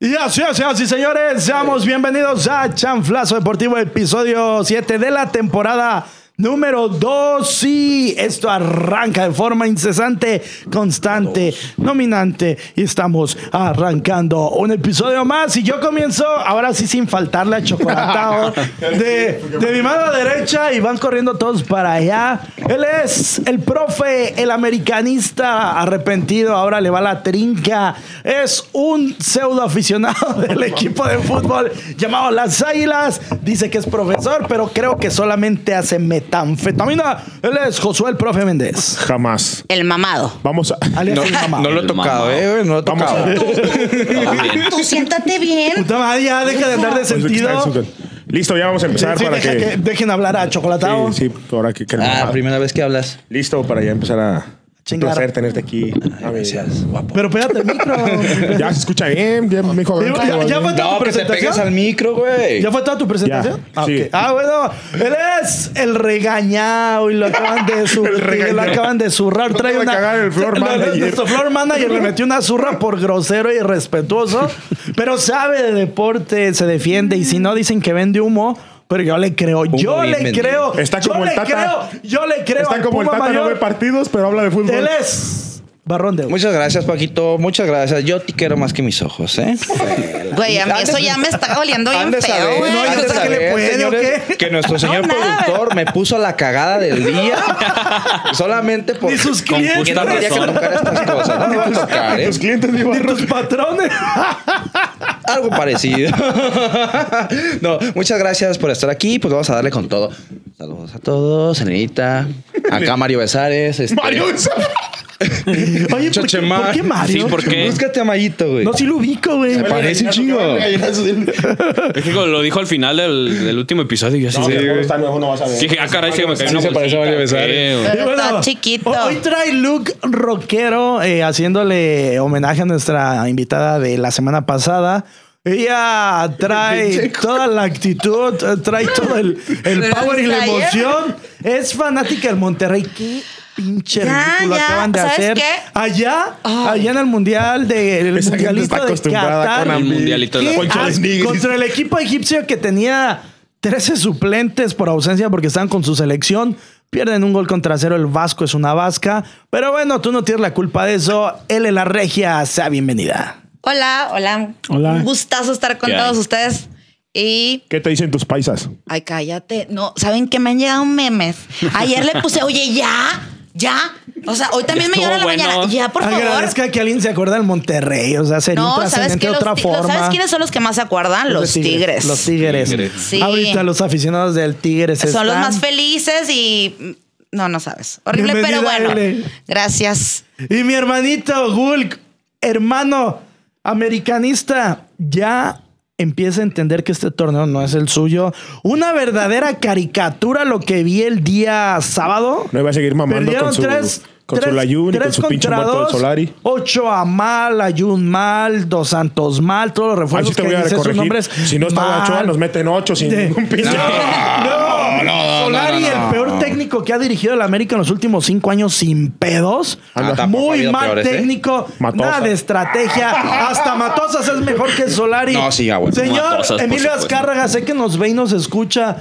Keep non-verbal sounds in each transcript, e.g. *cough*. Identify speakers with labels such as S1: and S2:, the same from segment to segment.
S1: Yes, yes, yes, y señores, seamos bienvenidos a Chanflazo Deportivo, episodio 7 de la temporada número 2. Y esto arranca de forma incesante, constante, nominante. Y estamos arrancando un episodio más. Y yo comienzo, ahora sí, sin faltarle a Chocolatao, de, de mi mano derecha. Y van corriendo todos para allá. Él es el profe, el americanista arrepentido. Ahora le va la trinca. Es un pseudo aficionado *laughs* del equipo de fútbol llamado Las Águilas. Dice que es profesor, pero creo que solamente hace metanfetamina. Él es Josué el Profe Méndez.
S2: Jamás.
S3: El mamado.
S2: Vamos a.
S1: Alias
S4: No,
S1: el mamá.
S4: no lo he
S3: El
S4: tocado,
S3: mamá.
S4: eh, güey, no lo he
S2: *laughs* Vamos
S4: tocado.
S2: a-
S3: Tú siéntate bien.
S1: Puta madre, ya deja de andar de
S4: Pues
S2: pues,
S1: sentido.
S2: Listo, ya vamos a empezar
S1: Sí,
S2: para
S1: deja que
S2: que.
S1: dejen hablar a Chocolatao.
S2: Sí, sí, ahora que. que-
S4: Ah, primera vez que hablas.
S2: Listo para ya empezar a. Un
S1: Chingar.
S2: placer tenerte aquí. A ver, ya.
S4: Gracias, guapo.
S1: Pero pégate el
S4: *laughs*
S1: micro.
S2: Ya se escucha bien, bien, mijo.
S1: Ya- ya- ya fue-
S4: No, que te pegues al micro, güey.
S1: ¿Ya fue toda tu presentación?
S2: Ya,
S1: Ah,
S2: sí.
S1: ok. Ah, bueno. Él es el regañado y lo acaban
S2: *laughs*
S1: de, sur-
S2: El regañado.
S1: y lo acaban de zurrar.
S2: No te
S1: Trae
S2: va a
S1: una,
S2: cagar el
S1: *laughs*
S2: floor
S1: No, no,
S2: manager.
S1: Nuestro floor manager le metió una zurra por grosero y
S2: *laughs*
S1: irrespetuoso, pero sabe de deporte, se defiende y si no dicen que vende humo. Pero yo le creo, yo
S4: bien
S1: le
S4: vendido.
S1: creo.
S2: Está
S1: yo
S2: como
S1: le
S2: el Tata.
S1: creo, yo le creo.
S2: Está
S1: al
S2: como el
S1: Puma
S2: Tata, no
S1: Mayor.
S2: ve partidos, pero habla de fútbol.
S1: Él es Barrón de Oro.
S4: Muchas gracias, Paquito. Muchas gracias. Yo te quiero más que mis ojos, ¿eh?
S3: Güey, a mí eso ya me está oliendo bien
S4: Han de
S3: feo,
S4: saber,
S3: güey.
S1: No,
S4: han
S1: yo
S4: de
S1: sé que le
S4: saber,
S1: puede, ¿o
S4: señores,
S1: qué?
S4: que nuestro señor
S3: No, nada.
S4: productor me puso la cagada
S1: *laughs*
S4: del día solamente por
S1: Ni sus
S4: Con
S1: clientes. *laughs*
S4: justa tenía que
S1: razón.
S4: tocar estas cosas. No me voy a
S1: *laughs*
S4: tocar, ¿eh?
S2: Los clientes de
S1: Y
S2: Ibarra.
S1: tus patrones.
S4: Algo parecido. *laughs* no, muchas gracias por estar aquí. Pues vamos a darle con todo. Saludos a todos, Elenita. Acá Mario Besares. este-
S2: *laughs* Mario
S1: Oye, ¿por qué,
S4: Chachemá.
S1: por qué Mario?
S5: Sí, ¿por qué?
S4: Búscate a Mayito, güey.
S1: No, sí lo ubico, güey.
S4: Me parece un chingo.
S5: Es que lo dijo al final del, del último episodio y yo así
S2: Sí,
S5: de-
S2: güey. Está nuevo, no vas a ver.
S5: Dije, ah, caray, que me cayó
S4: Sí
S5: una
S4: se parece a Mario
S5: bolsita,
S3: *laughs*
S4: Besares.
S5: ok, güey.
S3: Pero
S1: bueno,
S3: está chiquito.
S1: Hoy trae look rockero, eh, haciéndole homenaje a nuestra invitada de la semana pasada. Ella trae toda la actitud, eh, trae todo el, el
S3: Pero
S1: power y la
S3: hasta ayer.
S1: emoción. Es fanática del Monterrey. Qué pinche
S3: Ya,
S1: ridículo
S3: ya,
S1: acaban de
S3: ¿sabes
S1: hacer.
S3: qué?
S1: Allá, allá en el mundial de el
S2: Esa gente
S1: mundialista
S2: está
S1: de
S2: acostumbrada
S1: Qatar.
S2: con
S5: El mundialito de la
S1: ¿Qué
S2: Poncho de
S1: as- *laughs*
S2: Nigris.
S1: Contra el equipo egipcio que tenía 13 suplentes por ausencia porque estaban con su selección. Pierden un gol contra cero. El Vasco es una vasca. Pero bueno, tú no tienes la culpa de eso. Él en la regia, sea bienvenida.
S3: Hola, hola.
S2: Hola.
S3: Un gustazo estar con
S5: ¿Qué hay?
S3: todos ustedes. Y.
S2: ¿Qué te dicen tus paisas?
S3: Ay, cállate. No, ¿saben que me han llegado memes? Ayer le puse, oye, ya, ya. O sea, hoy también me
S5: Ya
S3: llora la
S5: estuvo bueno.
S3: mañana. Ya, por favor.
S1: Agradezca que alguien se acuerda del Monterrey. O sea, sería un
S3: No, ¿sabes
S1: trascendente
S3: qué?
S1: de
S3: Los
S1: otra
S3: tigres-
S1: forma.
S3: ¿Sabes quiénes son los que más se acuerdan? Los, tigres.
S1: Los tigres.
S5: Tigres.
S3: Sí.
S1: Ahorita los aficionados del Tigres
S3: Son los
S1: están-
S3: más felices y. mm, No, no sabes. Horrible,
S1: Bienvenida,
S3: pero bueno.
S1: Ele.
S3: Gracias.
S1: Y mi hermanito Hulk, hermano americanista, ya empieza a entender que este torneo no es el suyo. Una verdadera caricatura lo que vi el día sábado.
S2: No iba a seguir mamando
S1: Perdieron
S2: con su,
S1: tres.
S2: con
S1: tres-
S2: su Layun y con
S1: tres
S2: su pinche
S1: contra
S2: muerto del
S1: dos,
S2: Solari.
S1: Ocho a mal, Ayun mal, Dos Santos mal, todos los
S2: Ahí
S1: refuerzos
S2: Ah, sí te
S1: que
S2: voy a
S1: dice sus
S2: corregir.
S1: nombres.
S2: Si no
S1: mal.
S2: estaba Ochoa, nos meten ocho sin
S1: De-
S2: ningún pinche.
S1: No, Solari, el peor técnico que ha dirigido el América en los últimos cinco años sin pedos.
S4: Ah, tampoco ha
S1: Muy
S4: habido
S1: mal
S4: peores, ¿eh?
S1: técnico.
S2: Matosas.
S1: Nada de estrategia. Hasta Matosas es mejor que Solari.
S4: No, sí, ya, güey.
S1: Señor
S5: Matosas, por
S1: Emilio
S5: supuesto.
S1: Azcárraga, sé que nos ve y nos escucha.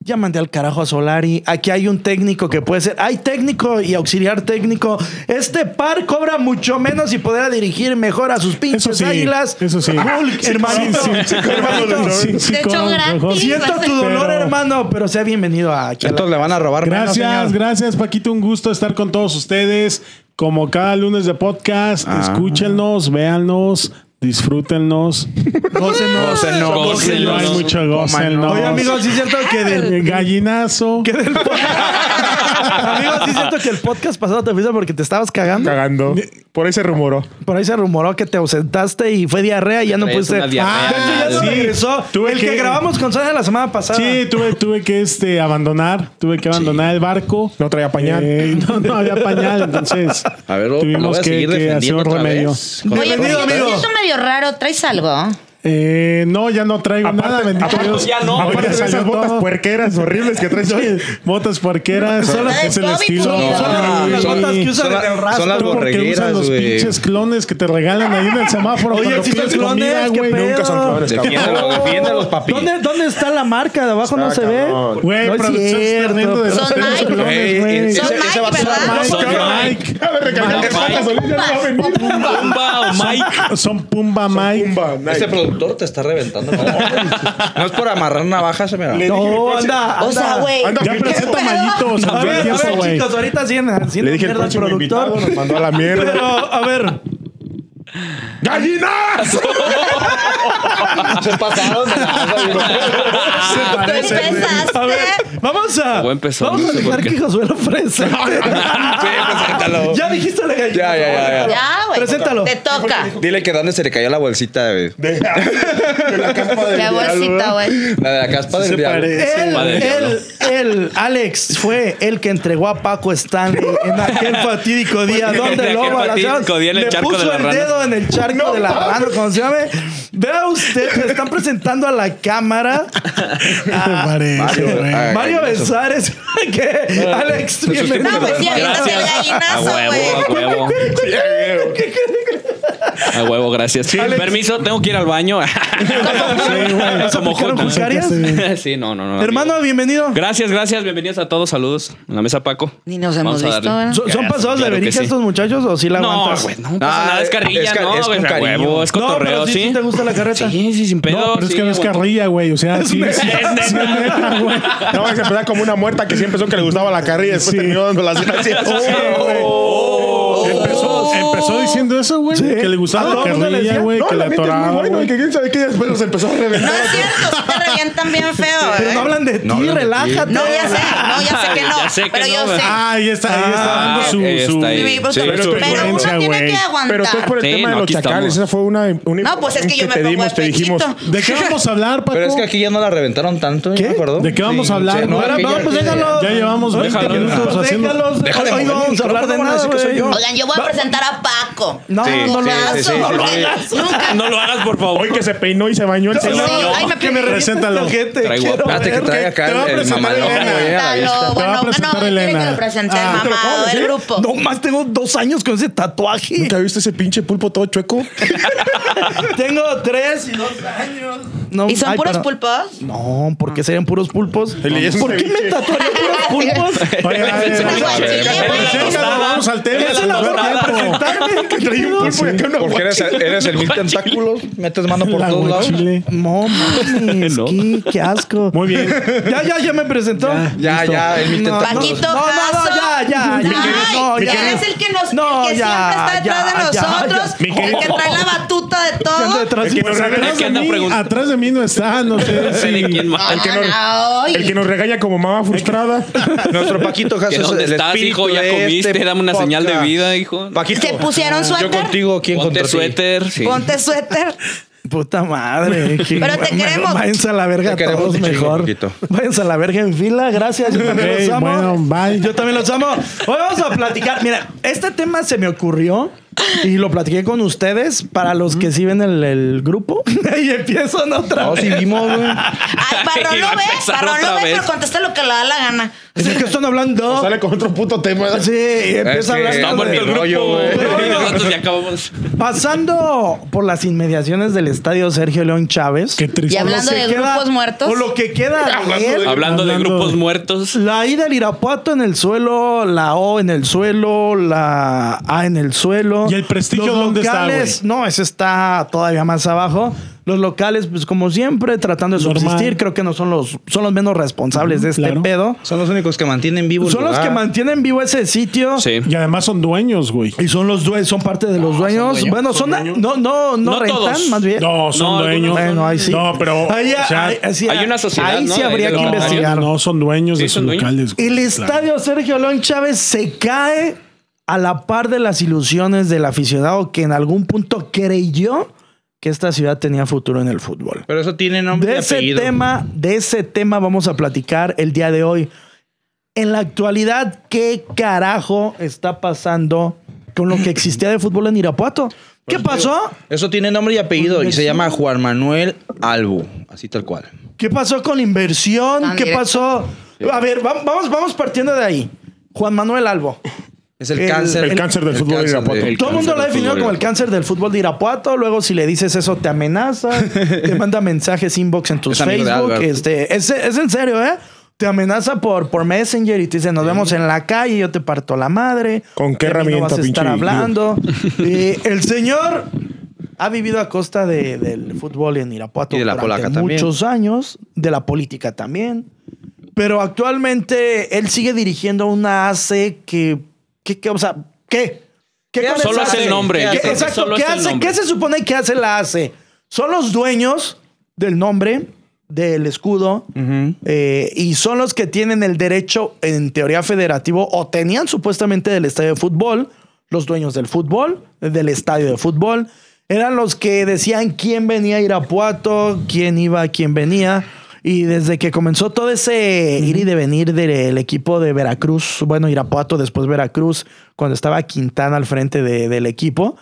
S1: Ya mandé al carajo a Solari. Aquí hay un técnico que puede ser. Hay técnico y auxiliar técnico. Este par cobra mucho menos y podrá dirigir mejor a sus pinches
S2: sí,
S1: águilas.
S2: eso sí.
S1: Hulk, hermanito.
S2: sí, sí, sí,
S1: hermanito.
S2: sí, sí.
S3: De hecho,
S6: con-
S3: gratis.
S6: con-
S1: Siento
S3: pues,
S1: tu dolor,
S2: Pero-
S1: hermano, pero sea bienvenido a aquí a la-
S4: Entonces le van a robar menos,
S6: Gracias,
S4: señor.
S6: gracias Paquito, un gusto estar con todos ustedes. Como cada lunes de podcast, escúchenos, véannos, disfrútennos. Gócenos.
S4: Gócenos.
S6: porque no hay
S5: Gócenos.
S6: mucho gócenos.
S1: Oye, amigo, sí es cierto que del,
S6: Eh, Gallinazo.
S1: que del
S3: *laughs*
S1: Amigo, sí es cierto que el podcast pasado te fuiste porque te estabas cagando.
S2: Cagando. Por ese rumoró.
S1: Por ahí se rumoró que te ausentaste y fue diarrea y ya no
S5: Traías
S1: pudiste.
S5: una diarrea.
S1: Ah, de hecho, ya no
S6: Sí,
S1: regresó.
S6: tuve
S1: el que,
S6: que-
S1: grabamos con Sara la semana pasada.
S6: Sí, tuve, tuve que este, abandonar, tuve que abandonar el barco.
S2: No traía pañal.
S6: Eh, no, no había pañal, entonces
S4: A ver, lo, lo voy a seguir defendiendo otra vez. Con-
S3: Oye, pero
S1: Bienvenido,
S3: yo me
S1: amigo.
S3: siento medio raro. ¿Traes algo?
S6: Eh, no, ya no traigo
S2: Aparte-
S6: nada, bendito
S2: aparte-
S6: Dios.
S5: ya no.
S2: Aparte de
S6: salió
S2: esas botas
S6: todo.
S2: puerqueras horribles que traes hoy.
S6: Botas puerqueras.
S1: Son las-
S6: es el
S3: Ay,
S6: estilo. Son-
S3: Bobby,
S1: Son
S6: son-
S1: las- las
S4: son-
S1: botas que usan
S4: son
S1: en el
S4: las-
S1: rastro.
S4: son las
S6: ¿Por qué
S4: borregueras,
S6: usan los
S4: güey.
S6: pinches clones que te regalan ahí en el semáforo
S1: Oye,
S6: cuando
S1: existen
S6: pides comida,
S1: clones, qué
S6: güey.
S1: pedo.
S2: Nunca son clones, cabrón.
S4: Defiéndelo, defiéndelo, papi.
S1: ¿Dónde, ¿Dónde está la marca? ¿De abajo no
S2: Ah,
S1: se ve?
S2: cabrón.
S6: Güey,
S1: No es
S6: producción está
S1: cierto.
S6: ardiendo de los
S3: Son
S6: pelos
S3: Nike.
S6: clones,
S4: Ey,
S6: güey.
S4: ese-
S3: Son
S4: ese
S3: Mike,
S4: va a ser
S3: ¿verdad?
S4: la-
S6: Son
S5: Son
S6: Mike.
S2: *laughs* A ver, recargar las patas, Olivia, no va a venir.
S5: Pumba o Mike.
S6: Son Pumba Mike.
S2: Pumba,
S4: Este
S2: Nike.
S4: productor te está
S1: *laughs*
S4: reventando. No, no es por amarrar navajas, mira.
S2: Le-
S1: No, anda.
S3: O sea,
S1: anda.
S3: güey.
S2: Anda,
S6: Ya
S2: ¿qué
S6: presenta
S3: pedo?
S6: mallitos.
S1: A ver, a ver,
S6: tiempo, güey.
S1: chicos, ahorita siguen haciendo
S2: Le dije el
S1: mierda al
S2: próximo
S1: productor.
S2: invitado nos mandó a la
S1: Pero,
S2: mierda.
S1: a ver,
S2: ¡Gallinas!
S4: Se pasaron de lanza, güey.
S3: Empezaste.
S1: a ver, vamos a.
S5: Voy a empezar,
S1: vamos
S5: no
S1: a
S5: sé por
S1: dejar
S5: qué.
S1: que Josué lo presente.
S4: Sí, preséntalo.
S1: ya dijiste la gallina.
S4: Ya, ya, ya, ya.
S3: Ya, güey.
S1: Preséntalo.
S3: Te toca.
S4: *laughs* Dile que dónde se le cayó la bolsita, güey.
S2: De, de la caspa del
S3: La
S2: diablo,
S3: bolsita, güey.
S4: La de la caspa
S6: Se
S4: del diablo.
S6: parece.
S1: Él,
S5: Madre,
S1: él, él, Alex, fue el que entregó a Paco Stanley en aquel fatídico día
S5: Fue en
S1: donde
S5: aquel
S1: lo balacearon.
S5: fatídico día en el
S1: Le
S5: charco
S1: puso
S5: de la
S1: el
S5: rana.
S1: dedo en el charco de la rana, como se llame. Vea usted, le están presentando a la cámara
S6: Me parece,
S4: Mario,
S6: güey.
S4: ah,
S1: Mario
S4: gallinazo.
S1: Besares. *laughs* que Alex, bienvenido.
S3: No, pues sí, ahorita sí el
S5: Gracias. A
S3: gallinazo,
S5: huevo, a
S3: güey.
S5: huevo.
S3: *laughs*
S5: A huevo, gracias.
S1: Alex.
S5: Permiso, tengo que ir al baño. *laughs* Como
S1: aplicaron
S5: Hulk.
S1: Juscarias?
S5: Sí, no, no, no. amigo.
S1: Hermano, bienvenido.
S5: Gracias, gracias. Bienvenidos a todos. Saludos. En la mesa, Paco.
S3: Ni nos
S5: Vamos
S3: hemos
S5: a
S3: visto,
S5: darle.
S3: ¿verdad?
S1: ¿Son, son
S5: Gracias,
S1: pasados de
S5: claro que
S1: verica
S5: sí.
S1: estos muchachos o si la
S5: No,
S1: aguantas?
S5: güey, no pasa
S4: Ah,
S5: nada. Es carrilla,
S4: es ca-
S5: ¿no?
S4: es con
S5: güey, a
S4: cariño.
S5: huevo, es
S1: No, pero
S5: cotorreo,
S1: sí,
S5: ¿sí?
S1: sí te gusta la carreta.
S5: Sí, sí, sin pedo.
S6: No, pero es
S5: sí,
S6: que no es
S5: güey.
S6: carrilla, güey. O sea, sí. sí, sí, neta, güey.
S2: No, se empezaba como una muerta que siempre empezó que le gustaba la carrilla y después terminó dando las gracias.
S5: Oh.
S6: Empezó, empezó diciendo eso, güey. Que le
S1: Ah,
S6: gustaba la
S1: todo el mundo le
S6: carrilla,
S1: decía.
S6: güey.
S2: No,
S6: que
S2: el
S6: le
S2: ambiente es muy
S6: atoraba.
S2: bueno y
S6: güey.
S2: que quién sabe qué después los empezó a
S3: No es
S2: reventar.
S3: cierto, sí te revientan bien feo,
S1: Pero no
S3: ¿eh?
S1: hablan de ti, relájate.
S3: No, ya sé, no, ya sé que
S5: Ya sé
S3: no.
S5: que
S3: Pero
S5: no,
S3: yo
S5: güey.
S3: sé.
S6: Ah, ahí está, ahí está
S5: Ah,
S6: dando su.
S5: ahí
S6: su-
S5: está ahí.
S3: Sí, pues,
S5: Sí,
S3: pero,
S5: su
S3: pero uno
S6: vergüenza,
S3: tiene
S6: güey.
S3: que
S2: Pero tú
S3: aguantar.
S2: por el
S5: Sí,
S2: tema
S5: no,
S2: de los
S5: aquí
S2: chacales,
S5: estamos.
S2: esa fue una, una
S3: No, pues es que yo me
S2: te
S3: pongo
S2: dimos,
S3: de
S2: te dijimos.
S3: pechito.
S6: ¿De qué vamos a hablar, Paco?
S4: Pero es que aquí ya no la reventaron tanto, ¿ya
S1: ¿Qué?
S4: me acuerdo?
S6: ¿De qué vamos a hablar,
S4: sí,
S1: No,
S6: güey?
S4: es
S1: ahora
S4: que
S1: vamos,
S4: ya-
S1: déjalo.
S6: Ya llevamos 20
S5: Déjalo,
S6: minutos
S1: Déjalos,
S6: haciendo.
S1: déjalos.
S4: Déjale
S1: Hoy no
S4: mover el
S1: vamos a hablar de
S4: micrófono,
S1: nada,
S4: así que soy
S1: güey.
S4: yo.
S3: Oigan, yo voy a presentar a Paco.
S1: No,
S4: Sí,
S1: no lo
S4: sí,
S1: hagas.
S4: sí, sí,
S1: no lo
S4: sí.
S1: hagas.
S3: Nunca.
S5: *laughs* No lo hagas, por favor.
S2: Hoy que se peinó y se bañó el
S1: No,
S2: señor.
S1: no,
S3: ay, me
S1: que me
S3: pegué.
S1: preséntalo.
S6: Preséntalo.
S1: Gente,
S4: Traigo-
S1: quiero
S4: espérate que
S1: ver
S4: traiga
S1: qué-
S4: acá
S6: te va a
S4: el, el
S6: presentar
S4: mamalojo,
S6: Elena.
S4: güey, a la vista.
S3: Cuéntalo,
S6: Te va a
S3: bueno,
S6: presentar
S3: no, quiere
S6: Elena.
S3: que lo presente
S6: Ah,
S2: ¿te lo puedo
S3: mamado del
S2: decir?
S3: grupo.
S1: No más tengo dos años con ese tatuaje.
S2: ¿Nunca viste ese pinche pulpo todo chueco?
S1: *laughs* tengo tres y dos años. No,
S3: ¿Y son
S1: ay,
S3: puros
S1: para-
S3: pulpos?
S1: No, ¿por qué serían puros pulpos?
S2: Y es un
S1: ¿Por qué
S2: ceviche.
S1: me tatuaría puros
S3: *laughs*
S1: pulpos?
S5: *laughs*
S6: Oye, a ver,
S3: Una guachile, güey.
S6: preséntalo, vamos al tema.
S1: Esa es la
S6: nos da
S1: forma de
S6: tiempo.
S3: *laughs*
S1: presentarme. ¿Qué
S2: Traía un
S1: pedo?
S2: pulpo y acá una
S4: Porque eres,
S2: guacha.
S4: eres el mil tentáculos, metes mano por
S6: La
S4: todos lados.
S6: guachile.
S1: No mames,
S3: *laughs*
S5: No.
S1: qué, qué asco.
S6: Muy bien.
S1: Ya, ya, ya me presentó.
S4: Ya, ya, el mil
S1: No,
S4: tentáculos.
S3: Paquito
S1: No, no, no,
S3: Jasso.
S1: ya, ya, ya.
S3: Ay,
S1: No, ya.
S3: Él es el que nos
S1: No,
S3: el que
S1: ya,
S3: siempre está detrás
S1: ya,
S3: de
S1: ya,
S3: nosotros,
S1: ya. Mi
S3: el
S1: querido-
S3: que trae la batuta de
S1: Ya ando
S3: todo.
S1: detrás
S2: El que
S1: de-
S2: nos regala-
S5: Es que
S6: Atrás de,
S5: anda
S6: mí,
S5: preguntando.
S6: atrás de mí no está, no sé
S5: Sé de quién
S6: si...
S5: más.
S2: El que no-
S3: Ah, ay.
S2: El que nos regaña como
S6: *laughs*
S2: mamá frustrada.
S4: Nuestro Paquito Jasso
S5: ¿Que
S4: es
S5: dónde
S4: el
S5: estás,
S4: espíritu
S5: hijo? ¿Ya
S4: de
S5: comiste?
S4: este
S5: Dame una señal de
S4: podcast.
S5: vida, hijo.
S4: Paquito.
S3: ¿Se pusieron
S4: Yo
S3: suéter?
S4: contigo, ¿quién
S5: Ponte
S4: contra ti?
S5: suéter. sí.
S3: Ponte suéter.
S1: Puta madre.
S4: *laughs*
S1: qué-
S3: Pero te
S1: me-
S3: queremos.
S1: Váyanse a la verga
S4: Te queremos
S1: todos
S4: un chingo,
S1: mejor.
S4: Paquito.
S1: Váyanse a la verga en fila. Gracias. Yo también
S6: Ok,
S1: los amo.
S6: bueno, bye.
S1: Yo también los amo. Hoy vamos a platicar. Mira, este tema se me ocurrió y lo platiqué con ustedes para los que sí ven el, el grupo. *laughs* y empiezan otra
S4: No,
S1: vez.
S4: Oh, sí vimos, güey.
S3: Ay, Barrón
S5: Iba a
S3: lo ve,
S5: empezar
S3: Barrón
S5: otra
S3: lo ve,
S5: vez.
S3: pero contesta lo que le da la gana.
S1: ¿De qué están hablando?
S2: Sale con otro puto tema.
S1: Sí, y empieza a
S4: que
S1: hablar.
S4: está
S5: Está
S1: de-
S5: muerto el grupo.
S4: rollo, güey.
S5: güey. Nosotros ya acabamos.
S1: Pasando por las inmediaciones del estadio Sergio León Chávez.
S6: Qué triste.
S3: Y hablando
S1: se
S3: de
S1: queda-
S3: grupos muertos.
S1: O lo que queda de él.
S5: Hablando de
S6: Hablando-
S5: grupos muertos.
S1: La I del Irapuato en el suelo, la O en el suelo, la A en el suelo.
S6: ¿Y el prestigio
S1: Los
S6: dónde está,
S1: locales-
S6: güey?
S1: No, ese está todavía más abajo. Los locales, pues como siempre, tratando de
S6: Normal.
S1: subsistir, creo que no son los, son los menos responsables de este
S6: Claro.
S1: pedo.
S4: Son los únicos que mantienen vivo el
S1: Son los
S4: lugar.
S1: que mantienen vivo ese sitio.
S5: Sí. Ah,
S6: Y además son dueños, güey.
S1: Y son los dueños, son parte de los dueños.
S4: dueños.
S1: Bueno, son, no, no, no,
S5: No
S1: rentan,
S5: todos.
S1: más bien.
S6: No, son
S5: No,
S6: dueños.
S5: algunos
S1: Bueno, ahí sí.
S6: No, pero...
S1: Ahí,
S6: o sea,
S1: ahí- sí,
S5: hay una sociedad,
S1: Ahí
S5: ¿no?
S1: sí
S5: de-
S1: habría
S5: de
S1: que
S5: los
S6: no,
S1: investigar.
S6: no, son dueños
S5: Sí,
S6: de sus
S5: son dueños.
S6: locales. güey.
S1: El
S6: Claro.
S1: estadio Sergio León Chávez se cae a la par de las ilusiones del aficionado que en algún punto creyó que esta ciudad tenía futuro en el fútbol.
S4: Pero eso tiene nombre
S1: De
S4: y
S1: ese
S4: apellido.
S1: tema, de ese tema vamos a platicar el día de hoy. En la
S4: Pues
S1: actualidad, ¿qué carajo está pasando con lo que existía de fútbol en Irapuato? ¿Qué pasó?
S4: Eso tiene nombre y apellido y se llama Juan Manuel Albu, así tal cual.
S1: ¿Qué pasó con la inversión?
S3: Tan
S1: ¿Qué
S3: directo.
S1: pasó? A ver, va- vamos, vamos partiendo de ahí. Juan Manuel Albo.
S4: Es el,
S1: El-
S4: cáncer.
S1: el
S2: cáncer del fútbol de
S4: cáncer
S2: Irapuato.
S4: del-
S1: Todo el mundo lo ha
S5: cáncer del
S1: definido
S5: fútbol.
S1: como el cáncer del fútbol de Irapuato. Luego, si le dices eso, te
S4: *laughs*
S1: amenaza, te manda mensajes inbox en tus
S4: Es amigo de
S1: Facebook.
S4: Albert.
S1: Este, es, es en serio, ¿eh? Te amenaza por, por Messenger y te dice, nos vemos en la calle, yo te parto la madre.
S2: ¿Con qué
S1: De mí
S2: herramienta,
S1: No vas a estar
S2: pinche *laughs*
S1: hablando. Eh, el señor ha vivido a costa de- del fútbol en Irapuato
S4: Y de la
S1: durante
S4: polaca también.
S1: muchos años, de la política también. Pero actualmente él sigue dirigiendo una AC que. que, que, o sea, ¿qué? ¿Qué
S4: ¿Qué
S1: con
S4: hace?
S5: Solo
S1: esa
S5: hace el
S1: AC?
S5: nombre.
S1: ¿Qué-
S5: Yo creo que
S1: exacto,
S5: solo
S1: ¿qué
S5: es el
S1: hace?
S5: nombre.
S1: ¿Qué se supone que hace la AC? Son los dueños del nombre, del escudo, eh, y son los que tienen el derecho, en teoría federativo, o tenían supuestamente del estadio de fútbol, los dueños del fútbol, del estadio de fútbol, eran los que decían quién venía a Irapuato, quién iba, quién venía. Y desde que comenzó todo ese ir y devenir del equipo de Veracruz, bueno, Irapuato, después Veracruz, cuando estaba Quintana al frente de- del equipo,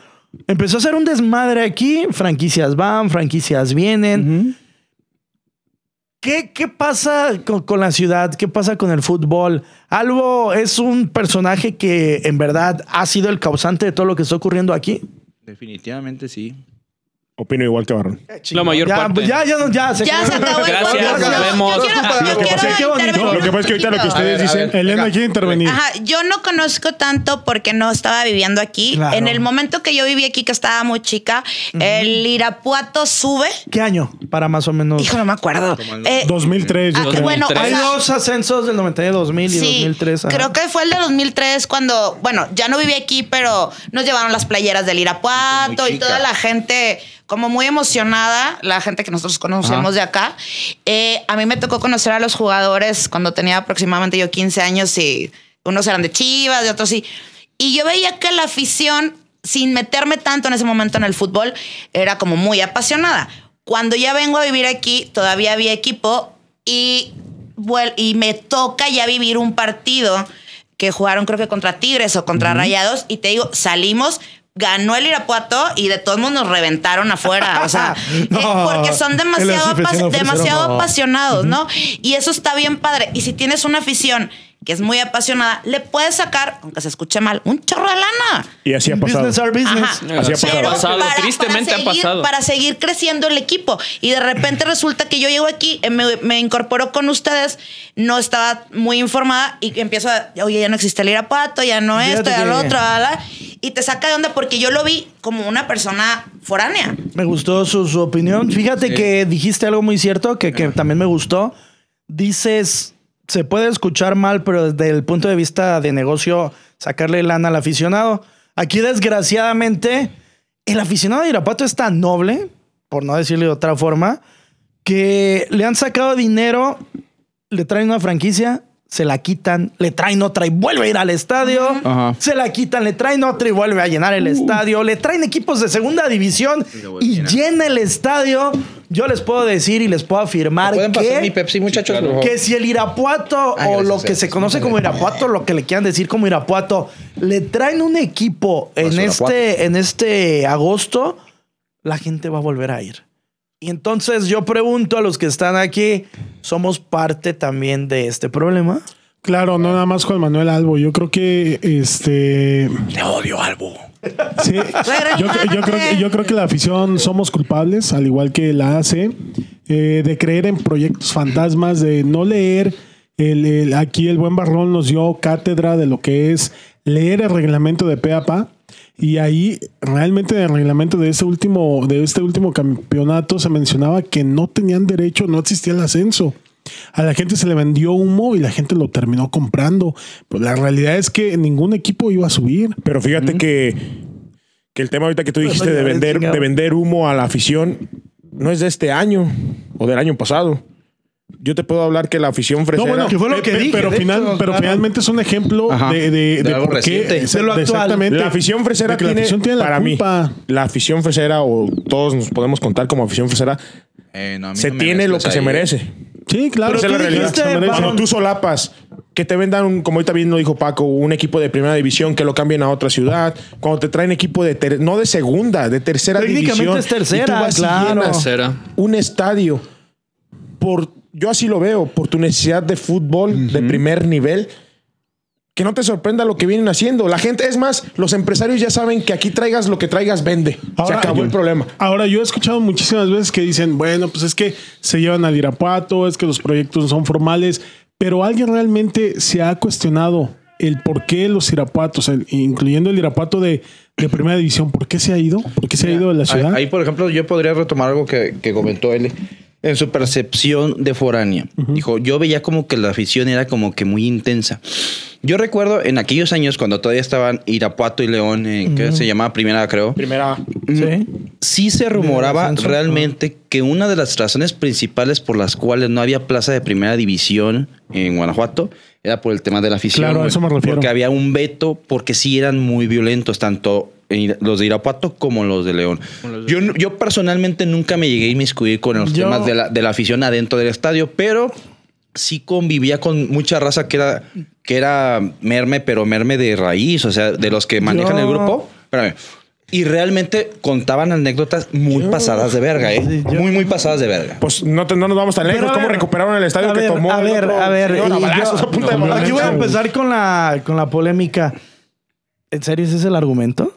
S1: empezó a ser un desmadre aquí. Franquicias van, franquicias vienen. ¿Qué, qué pasa con, con la ciudad? ¿Qué pasa con el fútbol? Albo es un personaje que en verdad ha sido el causante de todo lo que está ocurriendo aquí.
S4: Definitivamente sí.
S2: Opino igual que Barrón.
S5: La mayor
S1: ya,
S5: parte.
S1: pues ya, ya, no- ya, se
S3: Ya
S1: acabó.
S3: se acabó el
S5: Gracias,
S3: podcast.
S5: nos
S3: Yo-
S5: vemos.
S3: Yo quiero, yo
S1: Lo que
S3: quiero
S1: pasa es que qué bonito.
S3: intervenir
S2: Lo que pasa es que ahorita lo que
S3: poquito.
S2: ustedes
S4: A ver, a
S2: dicen.
S4: ver.
S6: Elena
S4: Venga.
S6: quiere intervenir.
S3: Ajá, yo no conozco tanto porque no estaba viviendo aquí.
S1: Claro.
S3: En el momento que yo viví aquí, que estaba muy chica, el Irapuato sube.
S1: ¿Qué año? Para más o menos.
S3: Hijo, no me acuerdo. Eh,
S6: 2003, yo
S3: ah,
S6: creo.
S3: bueno, o
S1: Hay
S3: sea,
S1: dos ascensos del 92, 2000 y
S3: sí,
S1: 2003. ajá.
S3: creo que fue el de 2003 cuando, bueno, ya no viví aquí, pero nos llevaron las playeras del Irapuato
S4: Muy
S3: y
S4: chica.
S3: toda la gente como muy emocionada, la gente que nosotros conocemos de acá. Eh, a mí me tocó conocer a los jugadores cuando tenía aproximadamente yo 15 años y unos eran de Chivas y otros sí. Y yo veía que la afición, sin meterme tanto en ese momento en el fútbol, era como muy apasionada. Cuando ya vengo a vivir aquí, todavía había equipo y, vuel- y me toca ya vivir un partido que jugaron creo que contra Tigres o contra Rayados y te digo, salimos, ganó el Irapuato y de todos modos nos reventaron afuera,
S1: *laughs*
S3: o sea, eh,
S1: No,
S3: porque son
S1: en la
S3: demasiado,
S1: afición
S3: apas-
S1: no ofrecieron
S3: demasiado
S1: nada.
S3: apasionados, ¿no? Y eso está bien padre. Y si tienes una afición que es muy apasionada, le puedes sacar, aunque se escuche mal, un chorro de lana.
S2: Y así ha pasado.
S1: Business are business.
S5: Ajá.
S2: Así ha
S5: Sí,
S2: pasado.
S5: ha pasado,
S3: para-
S5: tristemente
S3: para
S5: ha
S3: seguir-
S5: pasado.
S3: Para seguir creciendo el equipo. Y de repente resulta que yo llego aquí, eh, me, me incorporo con ustedes, no estaba muy informada y empiezo a, oye, ya no existe el Irapato, ya no
S1: Fíjate
S3: esto, ya
S1: que-
S3: lo otro, bla, bla, bla". y te saca de onda porque yo lo vi como una persona foránea.
S1: Me gustó su, su opinión. Fíjate que dijiste algo muy cierto que, que también me gustó. Dices, se puede escuchar mal, pero desde el punto de vista de negocio, sacarle lana al aficionado. Aquí, desgraciadamente, el aficionado de Irapuato es tan noble, por no decirle de otra forma, que le han sacado dinero, le traen una franquicia, se la quitan, le traen otra y vuelve a ir al estadio,
S4: Ajá.
S1: se la quitan, le traen otra y vuelve a llenar el estadio, le traen equipos de segunda división
S4: lo
S1: y
S4: llena.
S1: llena el estadio. Yo les puedo decir y les puedo afirmar
S4: ¿Pueden pasar mi
S1: que,
S4: Pepsi, muchachos? por favor?
S1: que si el Irapuato
S4: Ay,
S1: o
S4: Ah, gracias,
S1: lo que
S4: gracias.
S1: se conoce como Irapuato, lo que le quieran decir como Irapuato, le traen un equipo en
S4: Basura,
S1: este, en este agosto, la gente va a volver a ir. Y entonces yo pregunto a los que están aquí, ¿somos parte también de este problema?
S6: Claro, no nada más Juan Manuel Albo. Yo creo que este. Te odio, Albo. Sí. Yo, cre- yo creo, que- yo creo que la afición somos culpables, al igual que la hace, de creer en proyectos fantasmas, de no leer. El, el- aquí el buen Barrón nos dio cátedra de lo que es leer el reglamento de PAPA. Y ahí realmente en el reglamento de este último, de este último campeonato se mencionaba que no tenían derecho, no existía el ascenso. A la gente se le vendió humo y la gente lo terminó comprando. Pues la realidad es que ningún equipo iba a subir.
S2: Pero fíjate que, que el tema ahorita que tú dijiste de
S1: ya,
S2: vender,
S1: chingado.
S2: de vender humo a la afición no es de este año o del año pasado. Yo te puedo hablar que la afición fresera... Eh,
S1: bueno, que fue lo que
S6: pe-
S1: dije,
S6: Pero,
S1: de
S6: final-
S1: hecho,
S6: pero
S1: claro. finalmente
S6: finalmente es un ejemplo
S4: Ajá.
S6: de, de,
S4: De
S6: de
S4: algo
S6: por qué.
S4: reciente.
S6: exa-
S1: De lo actual.
S6: Exactamente.
S2: La afición
S6: De
S2: fresera
S6: que
S2: tiene,
S6: la afición tiene la
S2: para
S6: culpa.
S2: mí, la afición fresera o todos nos podemos contar como afición fresera,
S4: Eh, no, a mí
S2: se
S4: no me
S2: tiene lo que
S4: mezclas
S2: se
S4: ahí. eh.
S2: merece.
S6: Sí,
S1: Pero
S6: claro.
S2: Esa es
S1: tú
S2: la realidad.
S1: dijiste,
S2: Cuando
S1: Barón.
S2: tú solapas que te vendan, un- como ahorita bien lo dijo Paco, un equipo de primera división que lo cambien a otra ciudad. Cuando te traen equipo de, ter- no de segunda, de tercera
S1: Técnicamente
S2: división.
S1: es tercera,
S2: y tú vas y
S1: claro.
S2: llenas
S5: Tercera.
S2: Un estadio, por, yo así lo veo, por tu necesidad de fútbol de primer nivel. Que no te sorprenda lo que vienen haciendo. La gente, es más, los empresarios ya saben que aquí traigas lo que traigas, vende. Se acabó el problema.
S6: Ahora, yo he escuchado muchísimas veces que dicen, bueno, pues es que se llevan al Irapuato, es que los proyectos no son formales, pero alguien realmente se ha cuestionado el por qué los Irapuatos, el- incluyendo el Irapuato de, de primera división, ¿por qué se ha ido? ¿Por qué se ha ido de la ciudad?
S4: Ahí, ahí, por ejemplo, yo podría retomar algo que, que comentó él en su percepción de foránea. Dijo, yo veía como que la afición era como que muy intensa. Yo recuerdo en aquellos años cuando todavía estaban Irapuato y León, en, que se llamaba Primera, creo.
S2: Primera.
S4: Sí. Sí se rumoraba
S1: descenso,
S4: realmente que una de las razones principales por las cuales no había plaza de primera división en Guanajuato era por el tema de la afición.
S6: Claro, a
S4: güey.
S6: eso me refiero.
S4: Porque había un veto, porque sí eran muy violentos, tanto en Ira- los de Irapuato como los de León. Yo, n- yo personalmente nunca me llegué a inmiscuir con los
S1: Yo-
S4: temas de la, de la afición adentro del estadio, pero sí convivía con mucha raza que era, que era merme, pero merme de raíz, o sea, de los que manejan
S1: Yo-
S4: el grupo. Espérame. Y realmente contaban anécdotas muy pasadas de verga, ¿eh?
S1: Sí, yo-
S4: Muy, muy pasadas de verga.
S2: Pues no, te- no nos vamos tan
S1: Pero
S2: lejos.
S1: a
S2: ¿Cómo
S1: ver,
S2: recuperaron el estadio
S1: a
S2: que
S1: ver,
S2: tomó?
S1: A
S2: el
S1: ver,
S2: otro
S1: a ver.
S2: señor a
S1: y
S2: balazos,
S1: yo-
S2: a punta de balazos?
S1: aquí voy a empezar con la, con la polémica. ¿En serio ese es el argumento?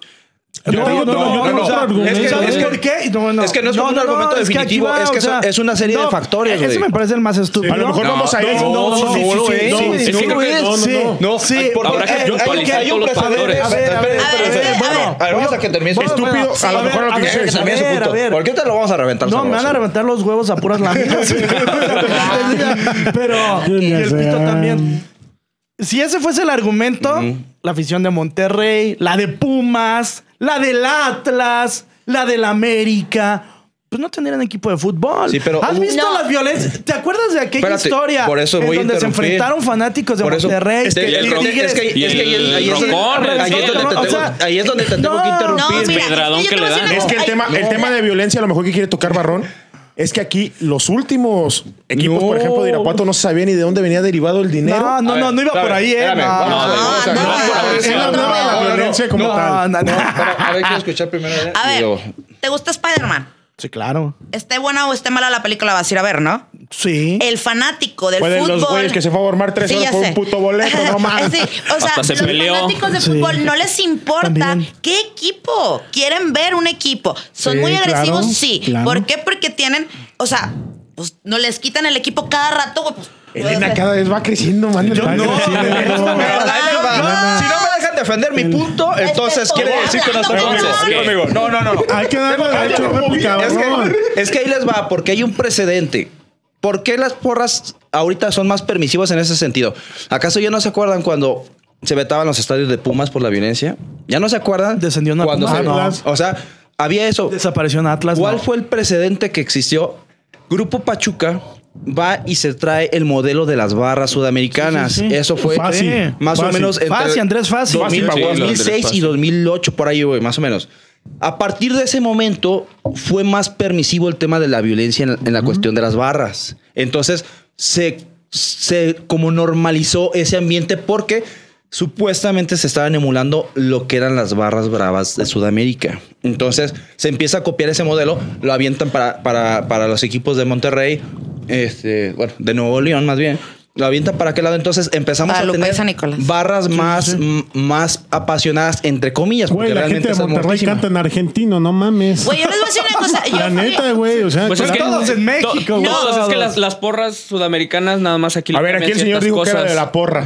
S6: Yo tengo otro- yo tengo
S1: o
S6: otro
S1: sea,
S6: argumento.
S1: es que- ¿Sabes
S6: ¿eh?
S1: por qué? No, no.
S4: Es que no es como un
S1: no,
S4: argumento
S1: es que aquí
S4: definitivo,
S1: va,
S4: es que
S1: o sea,
S4: eso- es una serie de factores,
S1: Ese me
S4: güey.
S1: parece el más estúpido.
S2: A lo mejor
S5: No,
S2: vamos a ir.
S5: no,
S1: no,
S2: Sí,
S1: no,
S2: sí,
S1: no, no,
S2: sí, sí,
S1: no,
S2: sí,
S1: es
S2: sí,
S1: que creo
S2: sí,
S1: que
S2: no,
S1: sí.
S2: no, no.
S1: Oh, Sí, Eh,
S4: hay- por-
S5: habrá que
S4: hay- hay-
S5: actualizar
S4: hay un
S5: todos los
S4: precedente.
S5: factores.
S4: A ver,
S1: A
S4: a
S1: ver, a
S4: ver,
S1: ver,
S4: espérame,
S1: a
S4: espérame,
S1: ver,
S4: espérame. A ver, vamos a que termine. su-
S1: Bueno,
S2: Estúpido,
S1: bueno,
S2: a lo mejor lo que
S1: ver,
S2: quiere
S4: que termine su
S1: a ver,
S4: punto.
S1: a ver.
S4: Porque ahorita lo vamos a reventar.
S1: No, me van
S4: sabroso.
S1: a reventar los huevos a puras *laughs*
S4: *laughs*
S1: lamidas. Pero.
S6: Yo
S1: Y
S6: ya
S1: el
S6: sé.
S1: pito también. Si ese fuese el argumento, la afición de Monterrey, la de Pumas, la del Atlas, la del América. Pues no tendrían equipo de fútbol.
S4: Sí, pero
S1: ¿Has
S4: hubo-
S1: visto
S3: No.
S1: las violencias? ¿Te acuerdas de aquella
S4: Espérate,
S1: historia
S4: por eso
S1: en
S4: voy a
S1: donde se
S4: interrumpir.
S1: enfrentaron fanáticos de
S4: Por eso- este,
S1: Monterrey?
S4: es
S1: y
S4: que-
S5: y el ro-
S1: Tigres?
S4: es que-
S5: Y
S4: es que ahí-
S5: el
S4: ahí es donde-
S5: roncón, el
S4: ahí es donde te
S5: cabrón,
S1: o
S4: tengo-
S1: sea,
S4: ahí es donde te tengo
S1: no,
S4: que interrumpir.
S5: mira, Pedradón
S3: es yo
S5: que
S3: te
S5: le
S3: voy a
S5: dan.
S3: decir
S2: Es que el
S3: algo.
S2: tema,
S3: Ay,
S2: el tema de violencia, a lo mejor que quiere tocar Barrón, es que aquí los últimos equipos, por ejemplo, de Irapuato, no se sabía ni de dónde venía derivado el dinero.
S1: No, no,
S4: A
S1: no,
S4: ver,
S1: no iba
S4: espérame,
S1: por ahí, eh.
S4: espérame, vamos a ver, vamos a ver.
S3: no,
S4: Vamos
S3: no,
S4: a ver,
S3: no,
S4: sí,
S6: Él
S3: no,
S4: vamos a
S6: hablaba
S4: ver.
S6: de la violencia como
S1: No, *laughs*
S6: tal.
S1: no,
S4: No,
S1: no.
S4: pero, a ver, quiero escuchar primero. ¿eh?
S3: A
S4: y
S3: ver,
S4: luego-
S3: ¿te gusta Spider-Man?
S1: Sí, claro.
S3: Esté buena o esté mala la película, vas a ir a ver, ¿no?
S1: ¿Mm? Sí.
S3: El fanático del
S2: Fue de los
S3: fútbol.
S2: güeyes que se fue a formar tres horas
S3: ya
S2: por un
S3: sé.
S2: puto boleto,
S1: *laughs*
S2: no mames.
S3: *laughs* Sí, o sea,
S5: Hasta se
S3: los
S5: peleó.
S3: fanáticos de
S1: Sí.
S3: fútbol no les importa
S1: También.
S3: qué equipo. Quieren ver un equipo. Son
S6: Sí,
S3: muy agresivos,
S6: claro,
S3: sí.
S6: claro.
S3: ¿Por qué? Porque tienen, o sea, pues no les quitan el equipo cada rato. güey, Pues,
S2: Elena cada vez va creciendo, man.
S6: Yo no.
S4: A ver, ahí les va.
S3: No. Este
S4: Si no me dejan defender mi punto,
S3: Es que
S4: entonces
S3: todo
S4: quiere decir que no estoy
S3: hablando,
S4: conmigo.
S5: ¿qué?
S4: Amigo, amigo, No, no, no.
S6: Hay que darle
S4: Tengo-
S6: derecho al público,
S4: Es
S6: cabrón.
S4: que, es que ahí les va, porque hay un precedente. ¿Por qué las porras ahorita son más permisivas en ese sentido? ¿Acaso ya no se acuerdan cuando se vetaban los estadios de Pumas por la violencia? ¿Ya no se acuerdan?
S1: Descendió una
S4: cuando
S1: Puma,
S4: se-
S1: no.
S4: O sea, había eso.
S1: Desapareció en Atlas.
S4: ¿Cuál
S1: no.
S4: fue el precedente que existió? Grupo Pachuca va y se trae el modelo de las barras sudamericanas.
S1: Sí, sí, sí.
S4: Eso fue
S6: Fácil,
S4: eh, más
S6: fácil.
S4: o menos entre
S1: Fácil, Andrés, fácil.
S4: 2000,
S5: Fácil, sí, lo Andrés,
S4: 2006 y
S5: fácil.
S4: 2008 por ahí, güey, más o menos. A partir de ese momento fue más permisivo el tema de la violencia en, en la cuestión de las barras. Entonces se se como normalizó ese ambiente porque supuestamente se estaban emulando lo que eran las barras bravas de Sudamérica. Entonces se empieza a copiar ese modelo, lo avientan para, para, para los equipos de Monterrey, este, bueno, de Nuevo León más bien, lo avientan para aquel lado. Entonces empezamos
S3: Para
S4: a
S3: Lupe
S4: tener
S3: San Nicolás.
S4: barras más, m- más apasionadas, entre comillas, porque
S6: Güey, la gente
S4: realmente
S6: de
S4: es
S6: Monterrey
S4: hermosísima.
S6: canta en argentino, no mames.
S3: Güey, yo les voy a decir una cosa. Yo
S6: La
S3: fui-
S6: neta, güey, o sea,
S5: Pues es que
S1: Todos en México,
S5: to-
S1: güey.
S5: todos, es
S1: Todos.
S5: que las, las porras sudamericanas nada más aquí le
S2: A ver, aquí
S5: cambian
S2: el señor
S5: ciertas
S2: dijo que era
S5: cosas.
S2: de la porra.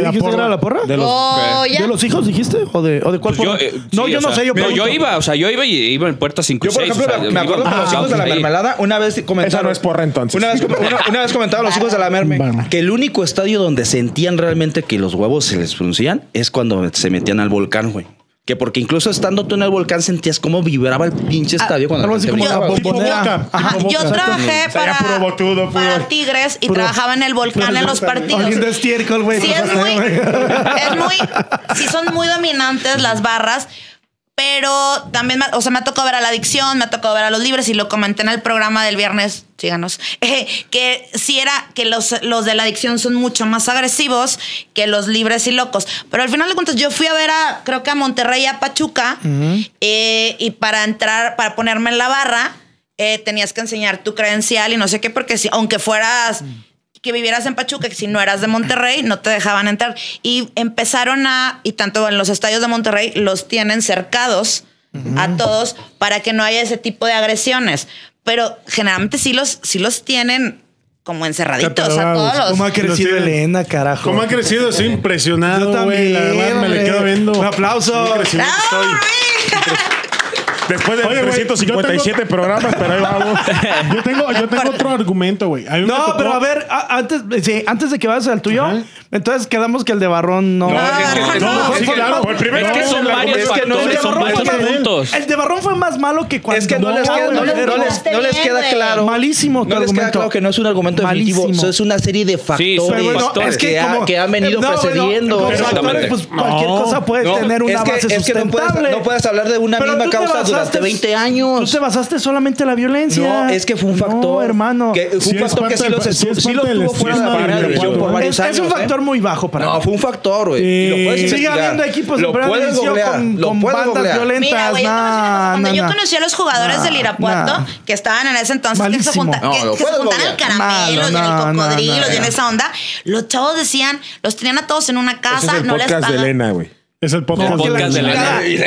S1: dijiste que
S6: la
S1: era
S6: porra.
S1: la porra?
S2: De los-
S3: Goya.
S1: ¿De los hijos dijiste? ¿O de, o de cuál
S5: Pues yo,
S1: forma?
S5: eh,
S1: No,
S5: sí,
S1: yo
S5: o
S1: no
S5: sea,
S1: sé. Yo,
S5: pero yo
S1: pregunto.
S5: iba, o sea, yo iba y iba en puerta 5
S4: Yo, por ejemplo, me- me acuerdo que
S5: ah,
S4: los hijos de la mermelada, una vez comentaron.
S2: no es porra, entonces.
S4: Una vez, una- una vez comentaron los hijos de la merme
S6: Barra.
S4: que el único estadio donde sentían realmente que los huevos se les fruncían es cuando se metían al volcán, güey. Que porque incluso estando tú en el volcán sentías cómo vibraba el pinche estadio cuando
S1: algo
S4: la
S1: así
S4: gente
S1: Ah, como
S4: vibraba.
S1: la
S6: Tipo
S1: Bombonera.
S6: boca.
S3: Ajá,
S6: tipo
S3: yo
S6: boca.
S3: trabajé
S6: O sea, ya
S3: para,
S6: puro botudo, puro-
S3: para Tigres y
S6: puro-
S3: trabajaba en el volcán en los partidos.
S1: Oliendo estiércol,
S3: pues,
S1: güey.
S3: Sí, es muy, es muy, sí son muy dominantes las barras, Pero también, me- o sea, me ha tocado ver a la adicción, me ha tocado ver a los libres y lo comenté en el programa del viernes, síganos, *laughs* eh, que sí era que los, los de la adicción son mucho más agresivos que los libres y locos. Pero al final de cuentas, yo fui a ver a, creo que a Monterrey, a Pachuca, eh, y para entrar, para ponerme en la barra, eh, tenías que enseñar tu credencial y no sé qué, porque si, aunque fueras
S1: Mm.
S3: que vivieras en Pachuca, que si no eras de Monterrey, no te dejaban entrar. Y empezaron a, y tanto en los estadios de Monterrey, los tienen cercados a todos para que no haya ese tipo de agresiones. Pero generalmente sí los, sí los tienen como encerraditos a
S6: Catalogados.
S3: todos los.
S1: ¿Cómo ha crecido
S6: Los tienen-
S1: Elena, carajo?
S6: ¿Cómo ha crecido? Estoy impresionado,
S1: Yo
S6: güey. La
S1: también,
S6: verdad, me le
S1: hombre.
S6: quedo viendo.
S1: Un aplauso.
S6: Qué crecimiento
S3: ¡Bravo,
S6: estoy.
S3: Rubí!
S2: Después de
S6: Oye, güey, *laughs*
S2: 357 programas, pero ahí vamos.
S6: Yo tengo, yo tengo otro argumento, güey. A mí me
S1: No,
S6: tocó-
S1: pero a ver, a- antes, sí, antes de que vayas al tuyo,
S6: Ajá.
S1: entonces quedamos que el de Barrón no.
S5: No,
S3: es que-
S1: Mejor
S3: no,
S1: fue-
S6: sí,
S1: fue-
S6: claro.
S1: fue-
S6: El primero
S5: Es que
S6: No,
S5: son
S6: la-
S5: varios
S4: es que no
S5: factores,
S4: se
S5: son
S4: toma-
S5: varios
S1: fue-
S5: puntos.
S1: El de Barrón fue más malo que cuando.
S4: Es que no, les queda, no,
S1: güey,
S4: les, no les- no les queda claro.
S1: Malísimo tu
S4: No les queda
S1: argumento.
S4: claro que no es un argumento definitivo.
S1: Malísimo.
S4: Eso es una serie de
S5: Sí,
S4: factores,
S5: son
S1: Pero bueno,
S5: factores.
S1: es que,
S4: ha-
S1: como-
S4: que han venido
S1: No, bueno,
S4: precediendo.
S1: como
S5: Exactamente.
S1: factores, pues
S6: No.
S1: cualquier cosa puede
S5: No,
S1: tener una base sustentable.
S4: No puedes, no puedes hablar de una
S1: Pero
S4: misma
S1: tú te
S4: causa
S1: basaste-
S4: durante 20
S1: Tú te
S4: años.
S1: basaste solamente en la violencia.
S4: No, es que fue un factor.
S1: No, hermano.
S4: Que, fue
S6: Sí,
S4: un
S6: es
S4: factor que
S6: parte
S4: sí
S6: del-
S4: los,
S6: sí es
S4: sí los
S6: parte del
S4: tuvo fuera de la
S6: estigma
S4: primera
S6: del
S4: división
S6: juego.
S4: por varios
S1: Ah, es,
S4: años.
S1: es un
S4: ¿eh?
S1: factor muy bajo para
S4: No,
S1: mí.
S4: fue un factor, güey. Y lo
S6: Eh,
S4: puedes
S6: sigue
S1: Sigue
S4: investigar.
S1: habiendo equipos de
S4: Lo
S1: primera
S4: puedes
S1: división
S4: googlear,
S1: con,
S4: lo
S1: con
S4: puedes
S1: bandas
S4: googlear.
S1: violentas.
S3: Mira, güey, yo te voy a decir una cosa,
S1: nah,
S3: cuando
S1: nah,
S3: yo
S1: nah.
S3: conocí a los jugadores
S1: Nah,
S3: del Irapuato
S1: nah.
S3: que estaban en ese entonces, que se,
S1: Malísimo.
S3: junta-
S4: No,
S3: que-
S4: lo
S3: que se
S4: puedes
S3: juntaron
S4: googlear.
S3: en
S1: Malo,
S3: caramelos, y en
S1: no,
S3: el
S1: no,
S3: cocodrilo,
S1: no,
S3: y en
S1: no.
S3: esa onda, los chavos decían, los tenían a todos en una
S2: Ese
S3: casa,
S2: es el
S3: no les
S2: podcast de
S3: pagaban.
S2: Elena, güey.
S6: Es el podcast,
S5: El podcast de
S6: la-
S5: Elena.
S1: Ah, El día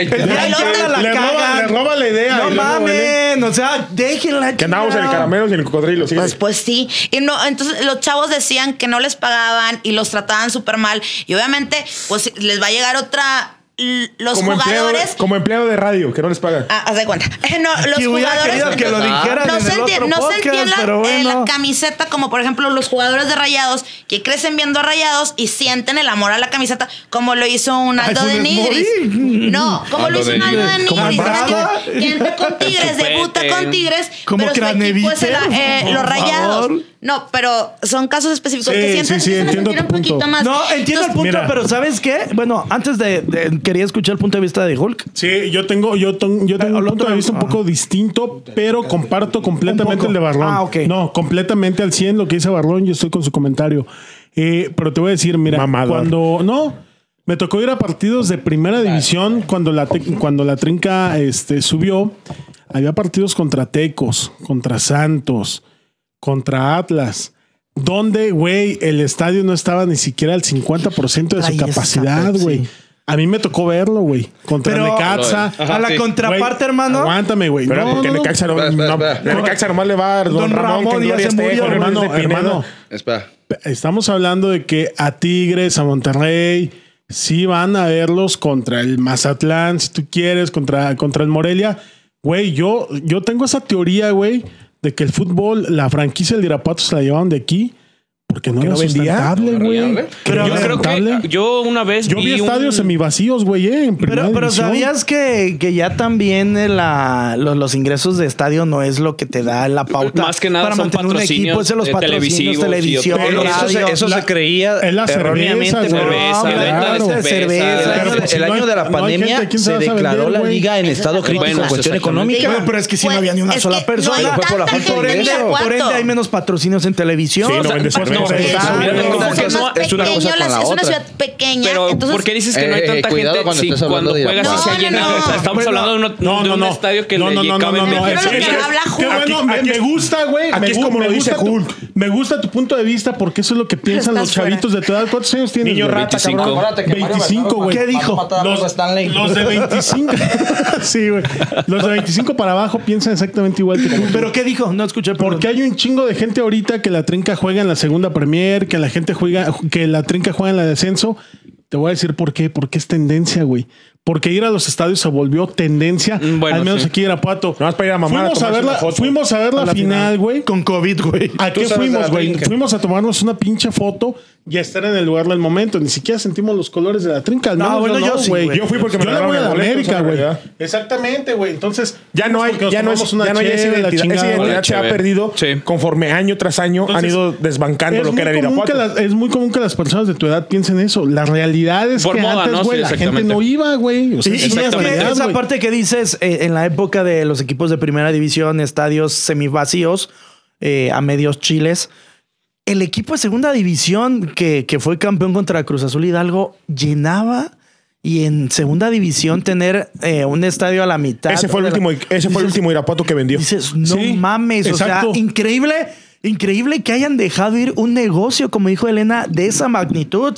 S3: luego
S1: que la
S6: le roba-
S1: cagan.
S6: le roba la
S2: Eh,
S6: idea
S1: No
S6: y luego
S1: mamen, o sea, déjenla.
S2: Que andamos en el
S1: chingada.
S2: caramelo y en el cocodrilo. síguele.
S3: Pues, pues sí. Y no, entonces los chavos decían que no les pagaban y los trataban súper mal. Y obviamente, pues les va a llegar otra. l- Los
S2: como, empleado,
S3: jugadores.
S2: como empleado de radio, que no les pagan.
S3: Ah, haz de cuenta. *laughs* No, los
S1: Que hubiera
S3: jugadores. Ah.
S1: querido que lo
S3: no,
S1: dijeran en
S3: se
S1: el
S3: enti-
S1: otro
S3: no se
S1: podcast,
S3: entiende
S1: pero
S3: eh,
S1: bueno.
S3: la camiseta, como por ejemplo los jugadores de rayados que crecen viendo a rayados y sienten el amor a la camiseta, como lo hizo un Aldo
S1: Funes
S3: de Nigris.
S1: Mori.
S3: No, como lo hizo un Aldo de
S1: Como
S3: Nigris.
S1: Andrada.
S3: Que que entra
S4: *laughs*
S3: con Tigres,
S5: Chupete.
S3: debuta con Tigres,
S1: Como
S3: pero su equipo es el-
S1: Craneviter,
S3: eh,
S1: por
S3: los rayados.
S1: favor.
S3: No, pero son casos específicos
S6: Sí,
S3: que
S6: sí,
S3: sienten
S6: sí,
S3: empiezan a
S6: entiendo
S3: sentir
S6: tu
S3: un poquito
S6: punto.
S3: más.
S1: No, entiendo el
S3: Entonces,
S1: punto,
S6: Mira.
S1: pero ¿sabes qué? Bueno, antes de, de- quería escuchar el punto de vista de Hulk.
S6: Sí, yo tengo, yo tengo, yo tengo
S1: Ah,
S6: un
S1: lo
S6: punto
S1: otro-
S6: de vista un poco distinto, pero comparto completamente
S1: poco.
S6: el de Barlón.
S1: Ah, ok.
S6: No, completamente al 100 lo que dice Barlón, yo estoy con su comentario. Eh, pero te voy a decir, mira,
S2: Mamador.
S6: cuando no, me tocó ir a partidos de primera división cuando la te- cuando la trinca este, subió, había partidos contra Tecos, contra Santos, contra Atlas. Donde, güey, el estadio no estaba ni siquiera al 50% de su
S1: Ahí está,
S6: capacidad,
S1: Pepsi.
S6: güey. A mí me tocó verlo, güey. Contra
S1: Pero-
S6: Necaxa.
S1: a la
S4: sí.
S1: contraparte,
S6: Güey,
S1: hermano.
S6: Aguántame, güey.
S2: Pero
S6: No,
S2: porque
S6: no, no.
S2: Necaxa no,
S4: Espera, espera,
S2: no-
S4: espera.
S2: Necaxa nomás le va a dar Don,
S1: Don
S2: Ramón,
S1: Ramón
S2: que en
S1: ya
S2: gloria
S1: se
S2: esté,
S1: murió,
S2: con
S6: hermano,
S2: hermano, de Pinedo.
S6: hermano.
S4: Espera.
S6: Estamos hablando de que a Tigres, a Monterrey, sí van a verlos contra el Mazatlán, si tú quieres, contra, contra el Morelia. Güey, yo, yo tengo esa teoría, güey, de que el fútbol, la franquicia del Irapuato se la llevaron de aquí porque no
S2: Porque
S6: era
S2: no vendía.
S6: sustentable, güey.
S4: Pero
S6: Que no
S5: Yo
S6: era
S5: creo que
S6: rentable.
S5: yo una vez
S6: Yo vi
S5: un-
S6: estadios semivacíos, güey, eh, en primera
S1: Pero, pero
S6: división.
S1: ¿sabías que, que ya también eh, la- los, los ingresos de estadio no es lo que te da la pauta?
S5: Más que nada
S1: para
S5: son
S1: mantener un
S5: patrocinios,
S1: equipo, es de los
S5: eh,
S1: patrocinios,
S5: televisivos y
S1: televisión,
S5: otros. Pero
S1: radio.
S4: eso se, eso
S6: la-
S4: se creía
S6: es la
S4: erróneamente.
S6: cerveza,
S4: pero-
S6: güey. Ah,
S5: Cerveza,
S1: No,
S5: la venta de
S1: claro.
S5: cerveza.
S1: Cerveza.
S4: El
S1: Pero,
S4: año,
S6: pues, si
S4: el
S6: no
S4: año
S6: hay-
S4: de la
S6: no hay
S4: pandemia
S6: gente, ¿quién se
S4: se,
S6: va a vender,
S4: declaró la
S6: güey?
S4: liga en estado crítico
S5: Bueno,
S4: en cuestión
S5: exactamente.
S4: económica.
S1: Güey, pero es que si no
S3: Pues,
S1: había ni una
S3: es
S1: sola
S3: que no hay
S1: persona.
S4: Fue por la
S3: tanta
S4: falta de
S1: por,
S3: gente en
S1: ende,
S4: ingreso.
S3: Irapuato.
S1: por ende hay menos patrocinios en televisión.
S2: Sí,
S1: O
S2: no
S1: sea, *laughs*
S2: vende
S1: pues,
S2: cerveza.
S1: no,
S2: Sí,
S1: ¿verdad?
S2: eso, mira,
S1: No, no,
S4: que
S2: ¿cómo
S3: es
S4: no?
S3: más
S4: Es una cosa
S3: pequeño, las-
S4: con la
S3: es una
S4: otra.
S3: ciudad pequeña.
S5: Pero
S3: entonces,
S5: ¿por qué dices que no hay
S4: Eh,
S5: tanta
S4: eh, cuidado
S5: gente
S4: cuando
S5: si
S4: estás hablando
S5: cuando
S4: de
S5: juegas y
S3: Irapuato.
S5: se llena?
S3: No, no,
S5: O sea, estamos
S6: Bueno,
S5: hablando de, uno- de un estadio que le cabe
S3: no,
S6: es-
S3: Pero
S6: es
S3: lo que habla
S6: qué
S3: Hulk.
S6: bueno, me, me gusta, güey.
S2: Aquí
S6: me
S2: es
S6: gu-
S2: como
S6: me
S2: lo dice
S6: gusta tu-
S2: Hulk.
S6: me gusta tu punto de vista porque eso es lo que piensan
S3: Estás
S6: los chavitos de tu edad. ¿Cuántos años tienes?
S2: Niño
S6: güey?
S2: rata,
S5: 25.
S2: cabrón.
S4: Acuérdate que Mario
S6: 25,
S4: Bartolo
S6: güey.
S1: ¿Qué dijo?
S4: mató a Paco
S6: Los,
S4: Stanley.
S6: los de 25. *laughs* sí, güey. Los de 25 para abajo piensan exactamente igual que tú.
S1: ¿Pero qué dijo? No escuché. perdón.
S6: Porque hay un chingo de gente ahorita que la trinca juega en la segunda Premier, que la gente juega, que la trinca juega en la de descenso. Te voy a decir por qué, porque es tendencia, güey. Porque ir a los estadios se volvió tendencia,
S5: Mm, bueno,
S6: al menos
S5: sí.
S6: aquí en Irapuato.
S2: Nomás para ir a mamar, a
S6: fuimos, a
S2: tomarse
S6: ver
S2: una
S6: la,
S2: foto.
S6: fuimos a ver la,
S1: la
S6: final,
S1: final.
S6: güey.
S1: Con COVID, güey.
S6: ¿A qué
S4: sabes de la
S6: fuimos, güey?
S4: trinca.
S6: Fuimos a tomarnos una pinche foto y estar en el lugar del momento. Ni siquiera sentimos los colores de la trinca. Al
S1: No,
S6: menos
S1: bueno,
S6: yo
S1: yo
S6: no,
S1: sí,
S6: güey.
S1: güey.
S2: Yo fui porque me
S6: yo le
S2: regalaron
S6: voy a
S2: mi
S6: la
S2: boleto,
S6: América,
S2: esa
S6: güey.
S2: realidad.
S6: Exactamente, güey. Entonces, pues,
S2: Ya no hay,
S6: porque nos
S2: ya no, es,
S6: tomamos una
S2: ya no hay esa
S6: cheve, la
S2: identidad. Esa
S6: chingada,
S2: identidad
S5: la
S2: se ha
S5: cheve.
S2: perdido
S5: Sí.
S2: conforme año tras año han
S6: Entonces,
S2: ido desbancando lo que era el
S6: común que
S2: Irapuato.
S6: las- es muy común que las personas de tu edad piensen eso. Las realidades
S5: Por
S6: que
S5: moda,
S6: antes,
S5: ¿no?
S6: güey,
S5: Sí,
S6: la gente
S5: exactamente.
S6: no iba, güey. O sea,
S1: Y, y
S2: Pues
S6: esa
S1: es que
S6: realidad,
S1: esa
S6: güey.
S1: parte que dices, eh, en la época de los equipos de primera división, estadios semivacíos, eh, a medios chiles, el equipo de segunda división que, que fue campeón contra Cruz Azul Hidalgo llenaba y en segunda división tener eh, un estadio a la mitad.
S2: Ese fue el
S1: o de la-
S2: último, e-, ese fue el último Irapuato que vendió.
S1: Dices, no
S6: Sí,
S1: mames,
S6: exacto.
S1: o sea, increíble, increíble que hayan dejado ir un negocio, como dijo Elena, de esa magnitud.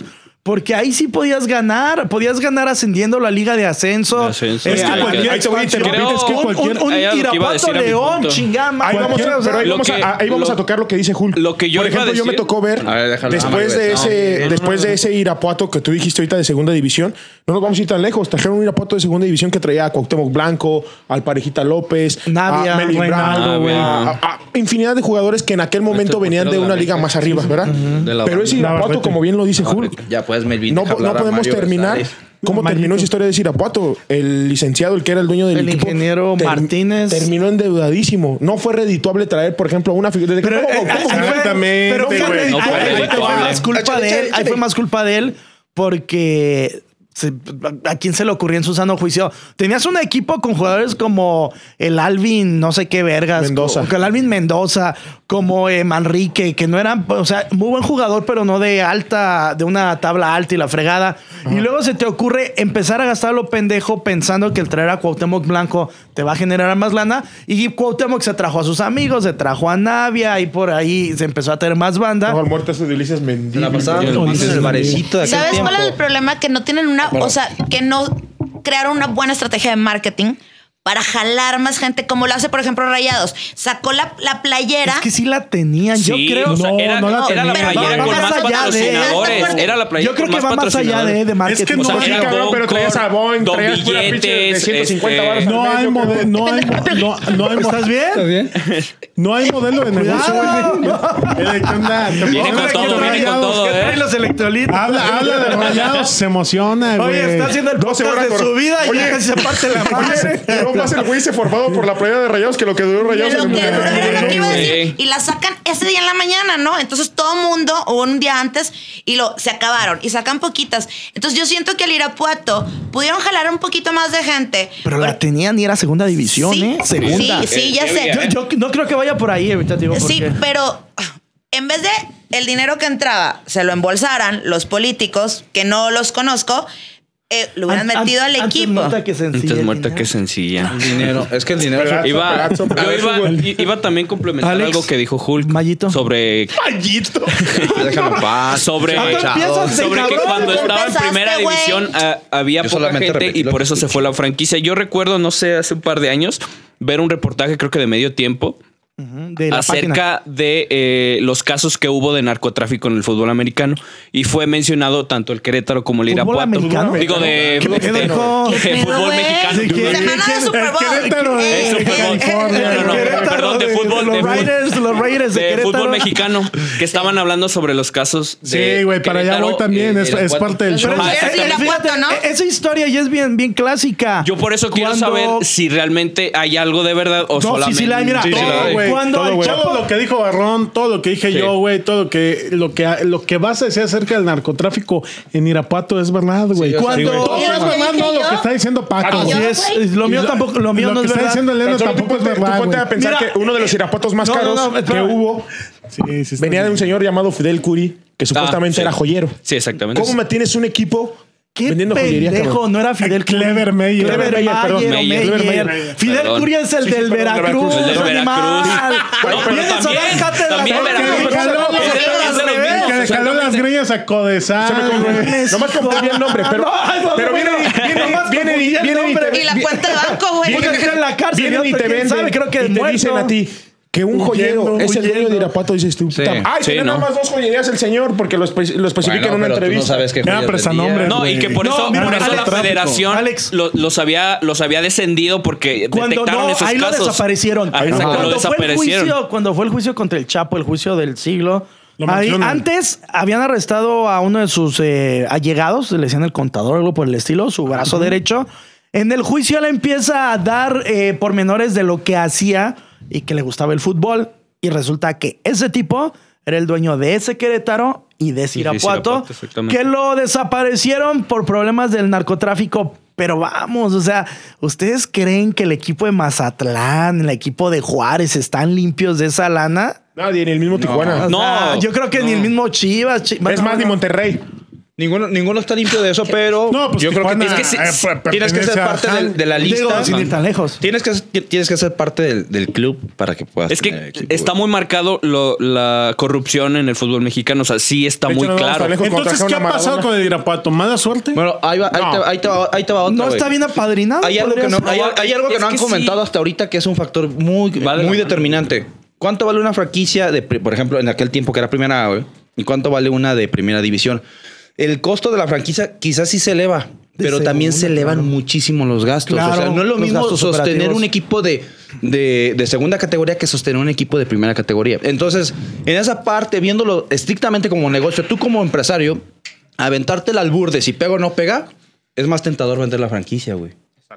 S1: Porque ahí sí podías ganar, podías ganar ascendiendo la liga de ascenso.
S5: De ascenso.
S1: eh,
S5: Es que
S1: a la
S5: cualquier-
S1: liga de
S2: ahí te voy a
S1: expansión.
S5: interrumpir, Creo- es que
S1: un,
S5: cualquier-
S1: un, un
S5: era lo que iba a
S1: Irapuato
S5: decir a mi
S1: León,
S5: punto.
S1: chingada.
S2: Ahí vamos, a, pero ahí
S5: lo
S2: vamos, a-
S5: que-
S2: ahí vamos
S5: lo-
S2: a tocar lo que dice Julio.
S5: lo que yo
S2: Por
S5: iba a
S2: ejemplo, yo me
S5: decir-
S2: tocó ver,
S4: A ver, déjalo,
S2: después,
S4: no,
S2: de
S4: no,
S2: ese,
S4: no, no,
S2: después de ese Irapuato que tú dijiste ahorita de segunda división, no nos vamos a ir tan lejos. Trajeron un Irapuato de segunda división que traía a Cuauhtémoc Blanco, al Parejita López,
S1: Navia,
S2: a Meli Bravo,
S1: Reinaldo,
S5: güey.
S2: a- a- a infinidad de jugadores que en aquel momento
S4: Nuestro
S2: venían de
S4: portero de
S2: una
S4: la
S2: liga
S4: América.
S2: más arriba, ¿verdad?
S4: De la
S2: Pero
S4: Barra.
S2: ese Irapuato,
S6: Navarrete.
S2: como bien lo dice Julio,
S4: Ya puedes, Melvin.
S2: no,
S4: deja
S2: no
S4: hablar a
S2: podemos
S4: Mario
S2: terminar
S4: Besares.
S2: cómo
S6: Malito.
S2: terminó esa historia de Irapuato. El licenciado, el que era el dueño del
S1: El
S2: equipo,
S1: ingeniero Martínez.
S2: Terminó endeudadísimo. No fue redituable traer, por ejemplo, a una figura.
S1: Pero, eh, ahí fue-
S6: Exactamente,
S1: pero fíjate,
S6: güey.
S1: ahí-
S5: No fue
S1: ahí fue
S5: redituable.
S1: más culpa de él. Ahí fue más culpa de él porque se- a quién se le ocurrió en su sano juicio. Tenías un equipo con jugadores como el Alvin, no sé qué vergas.
S2: Mendoza.
S1: co- el Alvin Mendoza, como eh, Manrique, que no eran, o sea, muy buen jugador, pero no de alta, de una tabla alta y la fregada. Y luego se te ocurre empezar a gastar lo pendejo pensando que el traer a Cuauhtémoc Blanco te va a generar más lana. Y Cuauhtémoc se trajo a sus amigos, se trajo a Navia y por ahí se empezó a tener más banda.
S2: No, el muerto ese de Ulises
S4: Se
S2: Mendigo.
S4: la pasábamos
S6: Ulises
S4: más en el
S6: Mendigo.
S4: barecito de aquel
S3: ¿Sabes cuál es el
S4: tiempo.
S3: problema? Que no tienen una, o sea, que no crearon una buena estrategia de marketing para jalar más gente, como lo hace, por ejemplo, Rayados. Sacó la, la playera.
S1: Es que sí la tenían, yo
S5: Sí,
S1: creo.
S5: o sea,
S6: No,
S5: era,
S6: no la
S5: era la
S6: tenía.
S5: playera
S6: Va- va más
S5: con más
S1: allá de-
S5: patrocinadores. Era la playera
S1: yo creo
S5: con
S1: que va más allá de, de marketing.
S6: que no
S5: O sea,
S6: Sí,
S5: era
S2: cabrón, pero traías a Boeing,
S5: Concord,
S2: traías
S5: Don
S2: pura pinche de
S5: Billetes,
S2: 150
S5: este,
S2: varas.
S6: No hay,
S2: Medio,
S6: mode-
S2: cabrón.
S6: no, *laughs* hay, no, no hay mo-
S1: ¿Estás bien?
S7: bien?
S6: No hay modelo de negocio, güey. Eh, ¿qué onda? Te
S5: Viene
S6: pones
S5: con
S6: aquí
S5: todo, viene con
S6: rayados.
S5: todo,
S1: ¿Qué traen
S5: ¿eh?
S1: los electrolitos?
S6: Habla, habla de rayados, se emociona, güey.
S1: Oye, está haciendo el
S2: Doce
S1: podcast
S2: horas
S1: de
S2: cor-
S1: su vida y ya casi se parte
S6: *laughs*
S1: la madre.
S2: Llegó más el güey se formado por la playa de Rayados que lo que duró Rayados
S3: Pero
S2: en
S3: lo
S2: el
S3: que- era lo que iba a
S5: Sí.
S3: decir. Y la sacan ese día en la mañana, ¿no? Entonces todo mundo, o un día antes, y lo se acabaron. Y sacan poquitas. Entonces yo siento que el Irapuato pudieron jalar un poquito más de gente.
S1: Pero la tenían y era segunda división,
S3: Sí,
S1: ¿eh? Segunda.
S3: Sí, sí,
S5: Eh,
S3: ya sé.
S1: Yo, yo no creo que vaya por ahí, ahorita te digo por
S3: Sí,
S1: qué.
S3: pero en vez de el dinero que entraba se lo embolsaran los políticos, que no los conozco, eh, lo hubieran
S1: An-
S3: metido
S1: an-
S3: al
S1: antes
S3: equipo.
S1: muerta que sencilla,
S5: Entonces muerta
S1: Lina.
S5: que sencilla.
S4: Dinero. Es que el dinero. es-
S5: Iba,
S2: Pelazo, pelazo,
S5: yo iba,
S2: güey.
S5: i- iba también a complementar
S1: Alex,
S5: algo que dijo Hulk
S1: Mayito.
S5: sobre
S2: Mallito.
S4: Déjame en paz.
S5: sobre,
S1: Ah, tú empiezas de
S5: sobre que
S1: cabrón.
S5: cuando
S1: Tú
S5: estaba en
S3: empezaste,
S5: primera
S3: güey.
S5: división ah, había
S4: Yo
S5: poca
S4: solamente
S5: gente
S4: repetí
S5: y
S4: lo
S5: por
S4: que
S5: eso se
S4: escuché.
S5: fue la franquicia. Yo recuerdo, no sé, hace un par de años, ver un reportaje, creo que de medio tiempo,
S1: Ujú, de la página.
S5: acerca de eh, los casos que hubo de narcotráfico en el fútbol americano y fue mencionado tanto el Querétaro como el
S1: ¿Fútbol
S5: Irapuato.
S1: americano?
S5: Digo de,
S1: ¿Qué
S5: de-
S1: pedo,
S5: de-
S1: hijo?
S5: de
S3: ¿Qué pedo,
S5: fútbol
S3: güey?
S5: mexicano.
S1: ¿De qué?
S3: Semana de Super Bowl.
S6: Querétaro
S3: Eh,
S5: de
S3: eh,
S5: Super Bowl.
S3: eh, eh,
S5: No, no,
S1: El Querétaro
S5: perdón, de fútbol,
S1: Los
S5: de fútbol.
S1: Raiders, los Raiders de,
S5: de
S1: Querétaro.
S5: fútbol mexicano que estaban hablando sobre los casos de
S6: Sí, güey, para allá
S5: Querétaro,
S6: voy también.
S5: eh,
S6: Es,
S5: Irapuato.
S6: es parte del show.
S1: Pero
S5: Ah,
S1: es-
S5: exactamente.
S1: es-
S3: Irapuato,
S1: fíjate,
S3: ¿no?
S1: e- Esa historia ya es bien, bien clásica.
S5: Yo por eso quiero
S1: Cuando-
S5: saber si realmente hay algo de verdad o
S1: No, sí,
S5: solamente.
S1: sí la hay, mira.
S5: Sí, sí la
S6: Todo,
S5: hay. Ah,
S6: güey.
S1: Cuando
S6: todo,
S1: al
S6: güey.
S1: Chapo-
S6: Todo lo que dijo Barrón, todo lo que dije
S5: Sí.
S6: yo, güey, todo lo que, lo que lo que vas a decir acerca del narcotráfico en Irapuato es verdad, güey.
S4: yo
S6: Cuando
S4: sí, güey.
S6: todo es
S3: ¿Y lo que
S6: verdad,
S3: dije
S6: no lo
S3: yo?
S6: que está diciendo Paco.
S1: Así
S3: Yo,
S1: es.
S3: güey.
S1: Lo mío
S6: Y
S1: tampoco, lo mío
S6: lo
S1: no
S6: que
S1: es
S6: está
S1: verdad.
S6: diciendo Elena
S2: Tan solo
S6: tampoco es
S2: tú ponte- tú
S6: verdad,
S2: ponte a
S6: güey.
S2: pensar
S1: Mira,
S2: que uno de los
S1: eh,
S2: irapuatos más
S1: no, no,
S2: caros
S1: no, espérame.
S2: que hubo
S6: Sí, sí está Ah,
S2: venía de un señor llamado Fidel Curi, que supuestamente
S5: sí.
S2: era joyero.
S5: Sí, exactamente.
S2: ¿Cómo mantienes un equipo
S1: Qué
S2: vendiendo joyería?
S1: pendejo,
S2: cabrón?
S1: no era Fidel Curi.
S6: Clever Meyer.
S1: Clever
S2: Clever Meyer,
S1: Meyer,
S2: perdón.
S1: o
S5: Meyer.
S1: Meyer.
S5: Clever
S6: Meyer.
S1: Fidel
S5: Perdón.
S1: Curi es el
S2: Sí, sí,
S1: del
S2: perdón,
S1: Veracruz,
S5: El del
S1: animal.
S5: Veracruz. No, pero
S1: Vienes a dar
S5: también,
S1: cátedra
S5: también
S1: de-
S5: Veracruz.
S1: de-
S6: Déjalo,
S1: de-
S5: déjalo,
S1: de-
S5: es de lo
S1: de-
S5: mismo.
S1: de-
S6: Que le jaló las greñas a
S2: Se me
S6: Codesal. güey.
S2: confundió. Nomás confundí el nombre, pero,
S1: Ay, no,
S2: pero
S1: no,
S2: viene,
S1: no.
S2: viene,
S1: Nomás
S2: viene,
S1: confundí el
S2: viene,
S1: nombre.
S3: Y la cuenta de banco, güey.
S1: Porque está en la cárcel.
S2: vienen
S1: y
S2: y
S1: otro,
S2: te
S1: quién
S2: venden
S1: sabe, creo que
S2: y te
S1: muerto.
S2: dicen a ti que un joyero es el dueño de Irapuato, dices tú. puta, Ay,
S5: Sí,
S2: tiene
S5: ¿no?
S2: nada más dos joyerías el señor porque lo, espe- lo especifica
S4: Bueno,
S2: en una
S4: pero tú no
S2: entrevista.
S4: sabes qué
S6: Era
S4: joyas
S6: prestanombres,
S4: vendían.
S5: No, y que por
S1: No,
S5: eso,
S1: mira,
S5: por eso la
S1: Alex,
S5: federación
S1: Alex.
S5: lo- los, había, los había descendido porque
S1: Cuando
S5: detectaron
S1: no,
S5: esos
S1: ahí
S5: casos.
S1: lo desaparecieron.
S5: Ajá,
S1: Cuando
S5: lo
S1: fue el
S5: desaparecieron.
S1: juicio, cuando fue el juicio contra el Chapo, el juicio del siglo,
S6: Lo
S1: Ahí,
S6: mencionan.
S1: antes habían arrestado a uno de sus eh, allegados, le decían el contador, algo por el estilo, su brazo derecho. En el juicio él empieza a dar eh, pormenores de lo que hacía y que le gustaba el fútbol. Y resulta que ese tipo era el dueño de ese Querétaro y de ese
S5: Y de
S1: Irapuato,
S5: Irapuato, exactamente.
S1: que lo desaparecieron por problemas del narcotráfico. Pero vamos, o sea, ¿ustedes creen que el equipo de Mazatlán, el equipo de Juárez están limpios de esa lana?
S2: Nadie, ni el mismo Tijuana.
S1: O
S5: No,
S1: sea, yo creo que ni el mismo Chivas. Chi-
S2: es más, ni Monterrey.
S4: Ninguno, ninguno está limpio de eso, pero
S6: No, pues
S4: yo creo que
S6: Tijuana,
S4: tienes que, se-
S6: eh, per-
S4: tienes que ser
S6: pertenece a-
S4: parte del- de, la
S1: Digo,
S4: lista.
S1: sin ir tan lejos.
S4: Tienes que, tienes que ser parte del, del club para que puedas.
S5: Es
S4: tener
S5: que
S4: equipo,
S5: está
S4: güey.
S5: muy marcado lo- la corrupción en el fútbol mexicano. O sea, sí está
S2: De hecho,
S5: muy
S2: no vamos
S5: claro. *laughs*
S2: tan lejos.
S6: Entonces,
S2: Contrajeron
S6: ¿qué
S2: a
S6: ha pasado
S2: Maradona.
S6: con el Irapuato? ¿Mala suerte?
S4: Bueno, ahí va, ahí,
S6: No.
S4: te, va- ahí te va, ahí te va otra.
S1: ¿No está
S4: güey.
S1: bien apadrinado?
S4: Hay algo que no,
S1: Podría ser.
S4: hay, hay algo que
S5: Es
S4: no han
S5: que
S4: comentado
S5: sí.
S4: hasta ahorita que es un factor muy,
S5: Vale
S4: muy
S5: la-
S4: determinante. ¿Cuánto vale una franquicia de, pri- por ejemplo, en aquel tiempo que era primera A, güey? ¿Y cuánto vale una de primera división? El costo de la franquicia quizás sí se eleva, pero también se
S1: segunda,
S4: elevan
S1: claro.
S4: muchísimo los gastos.
S1: Claro,
S4: o sea, no es lo
S1: los
S4: mismo
S1: gastos
S4: sostener
S1: operativos.
S4: un equipo de, de, de segunda categoría que sostener un equipo de primera categoría. Entonces, en esa parte, viéndolo estrictamente como negocio, tú como empresario, aventarte el albur de si pega o no pega, es más tentador vender la franquicia, güey.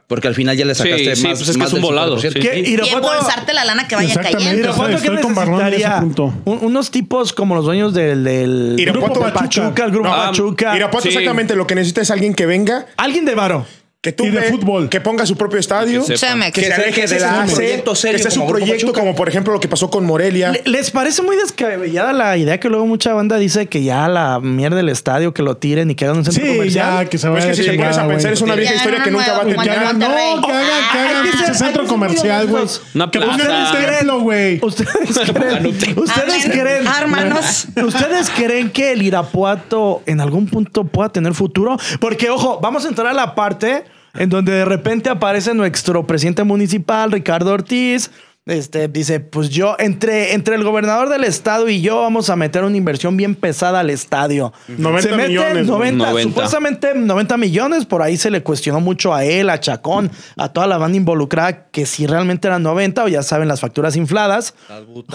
S4: Porque al final ya le
S5: Sí,
S4: sacaste
S5: sí,
S4: más.
S5: pues es que
S4: más
S5: es un
S4: del
S5: volado,
S4: 50%.
S5: sí.
S1: ¿Qué?
S3: Y
S1: Irapuato,
S3: embolsarte la lana que vaya
S6: Exactamente.
S3: cayendo.
S1: Irapuato, ¿qué
S6: Estoy con Barrón en ese
S1: necesitaría?
S6: punto.
S1: Un- unos tipos como los dueños del, del
S2: Irapuato
S1: grupo
S6: Pachuca.
S1: Pachuca, el grupo
S5: Ah,
S1: Pachuca.
S2: Irapuato,
S5: sí.
S2: exactamente. Lo que necesita es alguien que venga,
S1: Alguien de varo.
S2: que tú
S6: Y de fútbol.
S2: que ponga su propio estadio.
S5: Que sepa.
S3: Cheme,
S2: que se
S4: sea-
S2: aleje
S4: que
S2: de
S4: sea
S2: la
S4: un
S2: AC,
S4: proyecto serio
S2: que sea
S4: como
S2: un
S4: Grupo
S2: proyecto
S4: Pachuca.
S2: como por ejemplo lo que pasó con Morelia.
S1: Le- ¿Les parece muy descabellada la idea que luego mucha banda dice que ya la mierda del estadio, que lo tiren y que hagan un centro
S6: Sí,
S1: comercial?
S6: ya que se
S2: Pues
S6: vaya
S2: que si
S6: la
S2: te pones a
S6: chingada,
S2: pensar
S6: güey.
S2: es una vieja
S3: Ya,
S2: historia
S3: no,
S2: que
S3: no,
S2: nunca va a
S3: no,
S6: Que
S3: Como
S2: terminar.
S3: en
S6: hagan,
S3: Monterrey.
S6: no, que hagan, que
S1: Hay
S6: hagan
S1: que
S6: pinche
S1: ser- hay
S6: centro
S1: que ser
S6: comercial,
S1: muy
S6: güey.
S1: honestos.
S5: Una
S6: Que pongan
S5: plaza.
S6: el templo, güey.
S1: ¿Ustedes
S6: *laughs*
S1: creen, ¿ustedes
S3: Amén.
S1: creen,
S3: Hermanos.
S1: ¿Ustedes creen que el Irapuato en algún punto pueda tener futuro? Porque, ojo, vamos a entrar a la parte en donde de repente aparece nuestro presidente municipal, Ricardo Ortiz. Este, dice, pues yo, entre, entre el gobernador del estado y yo vamos a meter una inversión bien pesada al estadio.
S6: 90
S1: se meten
S6: millones,
S1: 90,
S5: 90.
S1: supuestamente 90 millones, por ahí se le cuestionó mucho a él, a Chacón, a toda la banda involucrada, que si realmente eran 90 o ya saben las facturas infladas.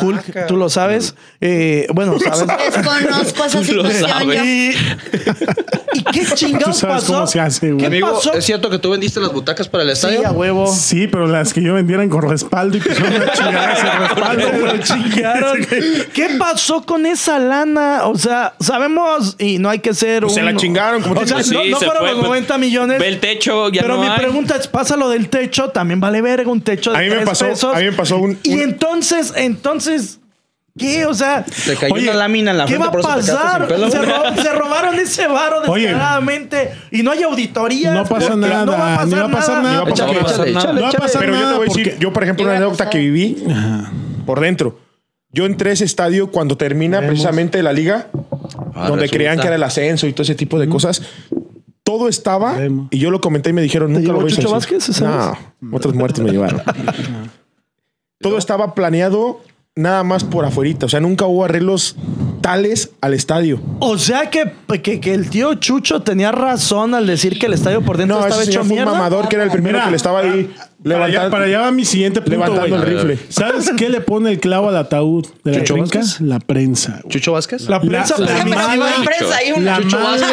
S1: Hulk, tú lo sabes. Eh, bueno, sabes.
S3: Desconozco esa
S5: *laughs* Tú lo
S3: situación.
S5: sabes.
S3: yo-
S1: Y, ¿y qué
S6: Tú
S1: chingados
S6: sabes
S1: pasó?
S6: cómo se hace,
S1: ¿Qué
S6: güey.
S4: Amigo, eh,
S1: pasó?
S4: ¿es cierto que tú vendiste las butacas para el estadio?
S1: Sí, a huevo.
S6: Sí, pero las que yo vendiera con respaldo y pusieron una chingada sin respaldo.
S1: Lo
S6: güey.
S1: chingaron. ¿Qué pasó con esa lana? O sea, sabemos y no hay que ser.
S2: Pues se la chingaron, como
S1: o
S2: te
S1: sea,
S5: digo.
S1: no,
S5: Sí,
S1: no
S5: se
S1: fueron
S5: fue,
S1: los
S5: pues,
S1: 90 millones.
S5: ve el techo, ya
S1: Pero
S5: no
S1: mi
S5: hay.
S1: pregunta es: pasa lo del techo, también vale verga un techo de
S2: A mí me
S1: tres
S2: pasó-
S1: pesos.
S2: a mí me pasó un-
S1: Y
S2: un-
S1: entonces, entonces, ¿qué? O sea.
S4: Te cayó
S1: oye,
S4: una lámina en la
S1: ¿Qué
S4: frente,
S1: va a
S4: por eso te quedaste
S1: pasar?
S4: sin pelo,
S1: se,
S4: güey.
S1: ro- se robaron ese
S2: *laughs*
S1: varo
S6: Oye.
S1: descaradamente y no hay auditoría.
S6: No pasa nada,
S1: No va a pasar
S6: ni va a
S1: nada.
S6: pasar nada.
S2: Ni va a
S6: porque-
S5: pasar nada.
S6: No va a pasar
S2: Pero yo te
S6: nada
S2: voy a decir,
S6: porque-
S2: yo por
S3: ¿Qué
S2: ejemplo, una
S3: va a
S2: anécdota
S3: pasar?
S2: que viví por dentro. Yo entré a ese estadio cuando termina precisamente la liga,
S4: Ah,
S2: donde
S4: resulta.
S2: creían que era el ascenso y todo ese tipo de cosas. Todo estaba,
S6: Veremos.
S2: y yo lo comenté y me dijeron, nunca
S1: llevó
S2: lo voy a
S1: Chucho
S2: hacer".
S1: Vázquez, esa
S2: No, otras muertes
S1: *laughs*
S2: me llevaron. Todo estaba planeado nada más por afuerita. O sea, nunca hubo arreglos tales al estadio.
S1: O sea que, que, que el tío Chucho tenía razón al decir que el estadio por dentro
S2: No,
S1: estaba
S2: ese
S1: hecho
S2: señor fue un
S1: mierda.
S2: mamador que era el primero
S6: Mira, ah,
S2: que le estaba ahí
S6: Para
S2: levantando.
S6: allá, para allá va mi siguiente punto,
S2: levantando
S6: güey.
S2: el rifle.
S6: ¿Sabes qué le pone el clavo al ataúd de la
S4: ¿Chucho
S6: trinca?
S4: Vázquez?
S6: La prensa. güey.
S4: ¿Chucho Vázquez?
S1: La prensa
S6: La- la
S3: Déjame
S1: permisiva.
S6: mala-
S3: salir en prensa, hay una.
S6: La mala,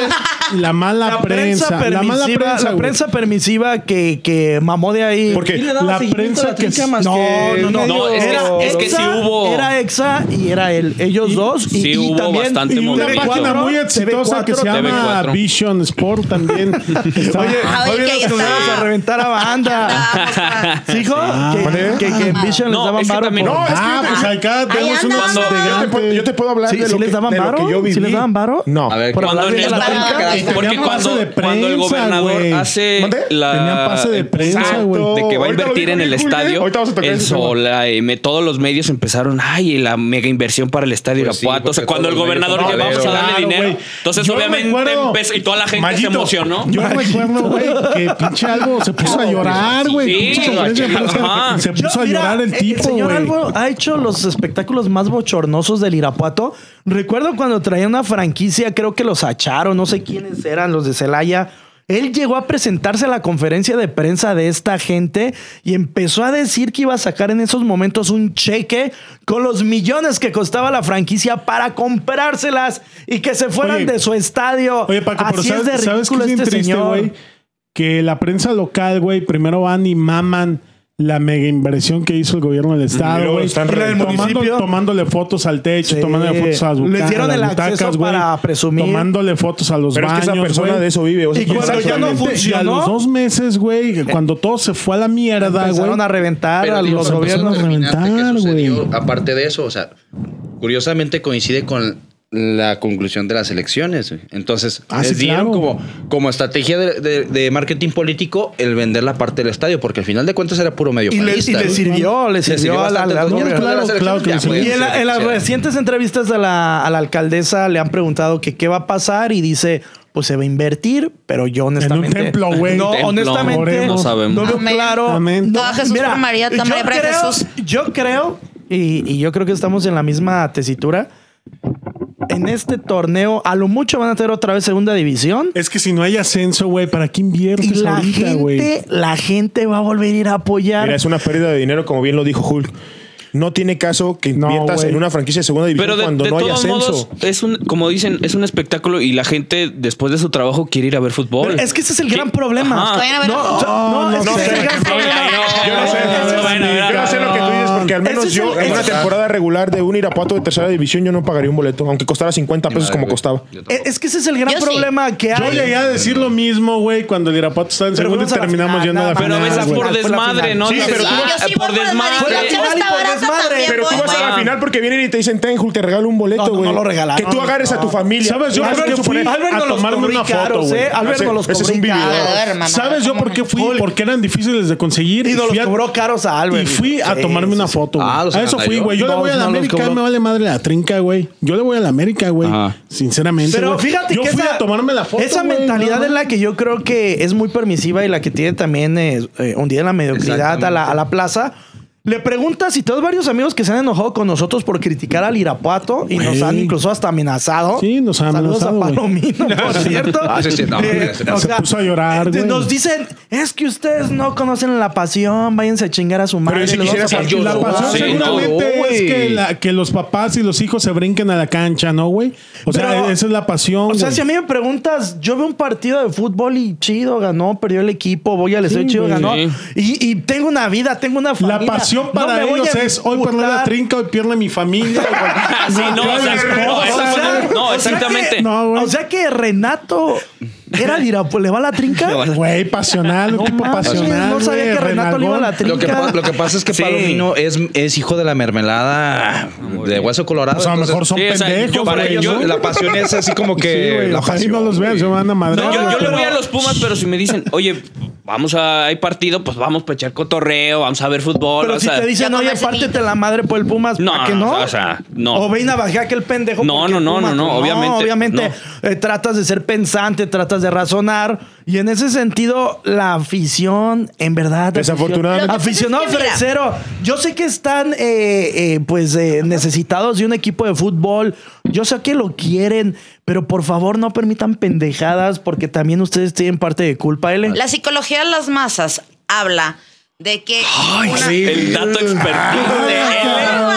S6: la mala
S1: La prensa
S6: prensa. La mala
S1: permisiva,
S6: prensa.
S1: la
S6: güey.
S1: prensa permisiva que, que mamó de ahí.
S2: ¿Por qué?
S4: ¿Quién le daba
S6: La
S4: seguimiento
S6: prensa
S4: a la
S6: que-
S4: trinca más
S1: No,
S4: que
S1: no, no,
S5: No, es que-
S1: era
S5: es que
S1: Exa,
S5: sí hubo.
S1: Era Exa y era él. Ellos dos. Y,
S5: sí
S1: y
S5: hubo
S1: también,
S5: bastante
S1: y
S6: Y una
S5: movimiento.
S6: página muy exitosa que se llama
S5: TV4.
S6: Vision Sport también. Está-
S1: Oye,
S3: Ay,
S1: oye,
S3: que
S1: nos
S3: ahí está.
S1: vamos a reventar a banda. *laughs*
S3: Vamos, va.
S1: ¿Sí, Ah, hijo? que, que, que en Vision
S5: No,
S1: les daban
S5: es que
S1: varo
S5: también-
S1: por-
S2: No, es que
S6: ah,
S2: yo te-
S6: pues acá tenemos
S3: anda,
S6: unos
S5: anda, anda.
S2: Yo te puedo- yo te puedo hablar
S1: ¿Sí,
S2: de,
S1: sí
S2: lo
S1: les
S2: que,
S1: daban
S2: de lo
S1: varo?
S2: que yo
S1: ¿Sí
S2: viví.
S1: les daban varo?
S2: No.
S4: A ver,
S1: Por
S5: Cuando
S1: hablar
S5: en
S1: bien de
S5: el-
S1: la
S3: trinca,
S1: trinca.
S3: que-
S6: Tenían
S5: porque
S6: pase
S5: cuando,
S6: de
S5: cuando el
S6: prensa,
S5: gobernador
S6: güey.
S5: hace
S2: ¿Mande?
S5: la
S6: Tenían pase de prensa,
S5: Exacto.
S6: güey.
S5: de que va a
S2: Ahorita lo
S5: invertir
S2: dijo
S5: en el
S2: bien cool, ¿eh?
S5: estadio
S2: Ahorita vamos a tocar
S5: el
S2: ese tema.
S5: Sol, la M, todos los medios empezaron ay la mega inversión para el estadio
S4: Pues sí,
S5: Irapuato o sea
S4: porque
S5: cuando el
S4: todos los medios
S5: gobernador
S4: son
S5: ya vamos a
S4: verdaderos.
S5: darle
S6: Claro,
S5: dinero
S6: güey.
S5: entonces
S6: Yo
S5: obviamente
S6: recuerdo-
S5: empezó y toda la gente
S6: Mallito,
S5: se emocionó
S6: Yo recuerdo, güey, que pinche algo se
S5: *laughs*
S6: puso a llorar, güey.
S5: Sí,
S6: Pinche conferencia de prensa,
S5: ajá.
S6: se puso
S1: Mira,
S6: a
S1: eh,
S6: llorar el tipo,
S1: señor
S6: güey.
S1: Albo ha hecho los espectáculos más bochornosos del Irapuato. Recuerdo cuando traía una franquicia, creo que los acharon, no sé quiénes eran, los de Celaya. Él llegó a presentarse a la conferencia de prensa de esta gente y empezó a decir que iba a sacar en esos momentos un cheque con los millones que costaba la franquicia para comprárselas y que se fueran
S6: Oye,
S1: de su estadio.
S6: Oye, Paco, pero
S1: Así
S6: ¿sabes,
S1: es de
S6: sabes qué
S1: ridículo
S6: es bien
S1: este
S6: triste,
S1: señor.
S6: güey? Que la prensa local, güey, primero van y maman la mega inversión que hizo el gobierno del
S2: Y
S6: estado,
S2: luego
S6: güey.
S2: están Y la del
S6: Tomando-
S1: municipio.
S6: Tomándole fotos al techo,
S1: Sí.
S6: tomándole fotos a las
S1: Les
S6: butacas,
S1: dieron
S6: las
S1: el acceso
S6: butacas, güey,
S1: para presumir.
S6: Tomándole fotos a los
S2: Pero es que
S6: baños,
S2: esa persona
S6: güey.
S2: de eso vive. o sea,
S1: Y cuando
S2: exactamente.
S1: ya no
S6: Exactamente.
S1: funcionó,
S6: Y a los dos meses, *laughs* güey, cuando todo se fue a la mierda, güey.
S1: Empezaron a reventar
S4: Pero
S1: a
S4: digo,
S1: los
S4: no
S1: gobiernos.
S4: terminaste, ¿qué
S6: reventar,
S4: sucedió?
S6: güey.
S4: Aparte de eso, o sea, curiosamente coincide con la conclusión de las elecciones. güey. Entonces,
S6: Ah,
S4: les
S6: sí,
S4: dieron
S6: claro.
S4: como, como estrategia de, de- de marketing político el vender la parte del estadio, porque al final de cuentas era puro medio
S1: Y le, y
S4: panista,
S1: le
S4: güey.
S1: sirvió, le
S4: Le sirvió
S1: sirvió al,
S4: bastante,
S1: al- al-
S4: entonces,
S6: no,
S4: ya,
S6: claro,
S4: después de las
S6: claro que le
S4: elecciones, ya,
S1: Y
S6: sirvió.
S4: güey,
S1: en, la-
S4: se
S1: en las
S4: quisieron.
S1: recientes entrevistas a la, a la alcaldesa le han preguntado que qué va a pasar y dice, pues se va a invertir, pero yo honestamente... *laughs*
S6: templo, güey.
S1: No,
S5: Templo,
S1: honestamente,
S6: oremos.
S1: no
S6: No
S5: sabemos.
S1: veo
S3: Amén.
S1: claro.
S6: Amén.
S1: no,
S3: Toma Jesús por María, toma
S1: yo
S3: Hebra de
S1: creo,
S3: Jesús.
S1: Yo creo, y, y yo creo que estamos en la misma tesitura, en este torneo a lo mucho van a tener otra vez segunda división.
S6: Es que si no hay ascenso, güey, ¿para qué
S1: Y
S6: inviertes
S1: la
S6: ahorita, güey?
S1: gente, la gente va a volver a ir a apoyar.
S2: Mira, es una pérdida de dinero, como bien lo dijo Hulk. No tiene caso que
S6: No,
S2: inviertas
S6: güey.
S2: en una franquicia de segunda división
S5: Pero de,
S2: cuando
S5: de
S2: no hay
S5: todos
S2: ascenso.
S5: modos, es un, como dicen, es un espectáculo y la gente después de su trabajo quiere ir a ver fútbol.
S1: Pero es que ese es el
S5: ¿Qué?
S1: gran problema.
S5: Ajá.
S3: Vayan a ver
S1: No,
S3: la-
S1: o sea, no, es que ese es el gran problema.
S2: Yo no sé,
S5: Ah,
S2: yo no sé-
S5: bueno,
S2: yo no sé lo que tú dices, porque al
S1: Ese
S2: menos
S1: es
S2: yo
S1: el-
S2: en una
S1: ese-
S2: temporada regular de un Irapuato de tercera división yo no pagaría un boleto, aunque costara 50 pesos
S4: Madre,
S2: como
S4: güey.
S2: costaba.
S4: Yo tampoco.
S1: Es es que ese es el gran
S3: Yo sí.
S1: problema que
S6: Yo
S1: hay.
S6: llegué a decir lo mismo, güey, cuando el Irapuato estaba en
S1: Pero
S6: segundo y
S1: fuimos a la
S6: terminamos
S1: final,
S6: yendo a la
S1: nada
S5: Pero
S1: más.
S5: a
S1: Fue
S5: veces
S1: la
S6: final,
S1: final,
S5: por
S1: fue la
S5: desmadre,
S1: final.
S5: ¿no?
S2: Sí,
S5: Dices,
S2: pero tú
S5: "Ah,
S3: vas- Yo sí
S5: por
S3: voy por
S5: desmadre.
S3: desmadre.
S1: Fue la
S3: Chela está
S1: final y por
S3: barata
S1: desmadre.
S3: también,
S2: Pero tú
S3: voy,
S2: vas a la
S3: güey.
S2: final porque vienen y te dicen, ten, Hulk, te regalo un boleto,
S1: No, no,
S2: güey.
S1: no lo regalaron,
S2: Que tú agarres
S1: no.
S2: a tu familia.
S6: ¿Sabes? Yo
S2: Ah,
S6: creo
S2: quiero
S6: que
S2: suponer-
S6: fui
S1: Albert
S6: a
S1: no los
S6: tomarme
S1: cobró
S6: una
S1: y caros,
S6: foto, güey.
S1: ¿eh? Albert
S2: Ese-
S1: no los
S2: ese es
S1: cobró
S2: un
S1: y caros.
S2: video.
S3: A ver, mamá,
S6: ¿Sabes yo por qué fui?
S1: Hulk.
S6: Porque eran difíciles de conseguir.
S1: Y nos
S6: fui
S1: los
S6: a-
S1: cobró caros a Albert.
S6: Y fui a
S1: Sí,
S6: tomarme
S1: sí,
S6: una
S1: sí.
S6: foto, güey.
S4: Ah, los
S6: a eso fui,
S4: 71.
S6: güey. Yo le
S1: No,
S6: voy a
S1: no
S6: la
S1: los
S6: América,
S1: cobró.
S6: me vale madre la trinca, güey. Yo le voy a la América, güey.
S5: Ajá.
S6: Sinceramente.
S1: Pero
S6: güey.
S1: fíjate
S6: yo
S1: que
S6: fui
S1: esa,
S6: a tomarme la foto.
S1: esa
S6: güey,
S1: mentalidad
S6: nada
S1: es
S6: más.
S1: la que yo creo que es muy permisiva y la que tiene también eh, eh, un día en la mediocridad a la, a la plaza. Le preguntas si todos varios amigos que se han enojado con nosotros por criticar al Irapuato y nos
S6: Güey.
S1: han incluso hasta amenazado.
S6: Sí, nos han amenazado,
S1: Saludos a
S6: güey. *laughs*
S1: Palomino, por cierto. Eh,
S4: Ah, sí, sí, no, sí, sí.
S1: o eh,
S6: Se puso a llorar, güey.
S1: Nos dicen, es que ustedes no conocen la pasión, váyanse a chingar a su madre.
S2: si
S1: los vamos a
S2: quisieras
S1: partir
S4: yo
S1: la
S4: lo
S1: madre".
S6: Pasión
S4: Sí,
S6: seguramente
S4: no,
S6: es
S4: güey.
S6: que, la- que los papás y los hijos se brinquen a la cancha, ¿no, güey? O sea,
S1: Pero-
S6: esa es la pasión.
S1: O sea,
S6: güey.
S1: si a mí me preguntas, yo veo un partido de fútbol y chido, ganó, perdió el equipo, voy al estadio
S6: Sí,
S1: chido,
S6: güey.
S1: ganó.
S5: Sí.
S1: Y, y tengo una vida, tengo una
S6: La
S1: familia.
S6: pasión
S1: No
S6: para
S1: me voy
S6: ellos
S1: a
S6: es hoy perder la
S1: emputar.
S6: trinca, hoy pierde mi *laughs* familia. güey.
S5: Sí, no, o sea, no, eso
S1: O sea,
S5: fue- no,
S1: o sea que-
S5: exactamente.
S6: No, güey.
S1: O sea que Renato era el Irapuato, le va a la
S5: *laughs*
S1: trinca.
S6: Güey, pasional, un tipo
S1: mames,
S6: pasional.
S1: no sabía
S6: güey,
S1: que Renato le iba a la
S6: renalgón.
S1: trinca.
S4: Lo que, pa- lo que pasa es que
S5: Sí.
S4: Palomino es, es hijo de la mermelada de hueso colorado.
S6: O sea, a lo
S4: entonces,
S6: mejor son
S5: Sí, o sea,
S6: pendejos.
S5: yo-
S4: para
S6: güey,
S4: ellos
S6: ¿no?
S4: la pasión es así como
S6: Sí,
S4: que
S6: güey,
S4: la
S6: ojalá y
S4: pasión.
S6: no los vean, se van a
S3: este
S6: madre.
S5: No, yo, yo le
S6: pero-
S5: voy a los Pumas, pero si me dicen, oye, vamos a, hay partido, pues vamos a echar cotorreo, vamos a ver fútbol.
S1: Pero
S5: o
S1: si
S5: sea,
S1: te dicen,
S3: ya
S1: oye,
S3: conocí mi-
S1: pártete la madre por el Pumas,
S5: No,
S1: ¿para qué no?
S5: o sea, no.
S1: O ven a bajar aquel pendejo.
S5: No,
S1: porque
S5: no, no,
S1: Pumas-
S5: no, no, obviamente,
S1: Obviamente, eh, tratas de ser pensante, tratas de razonar. Y en ese sentido, la afición, en verdad.
S3: *laughs*
S2: Desafortunadamente.
S1: Aficionado
S3: Lo que pasa es que,
S1: fresero. Yo sé que están, eh, eh, pues, eh, necesitados de un equipo de fútbol. Yo sé que lo quieren, pero por favor no permitan pendejadas porque también ustedes tienen parte de culpa, L. *laughs*
S3: La psicología de las masas habla de que. una-
S5: el dato expertise de
S1: Ah,
S5: él.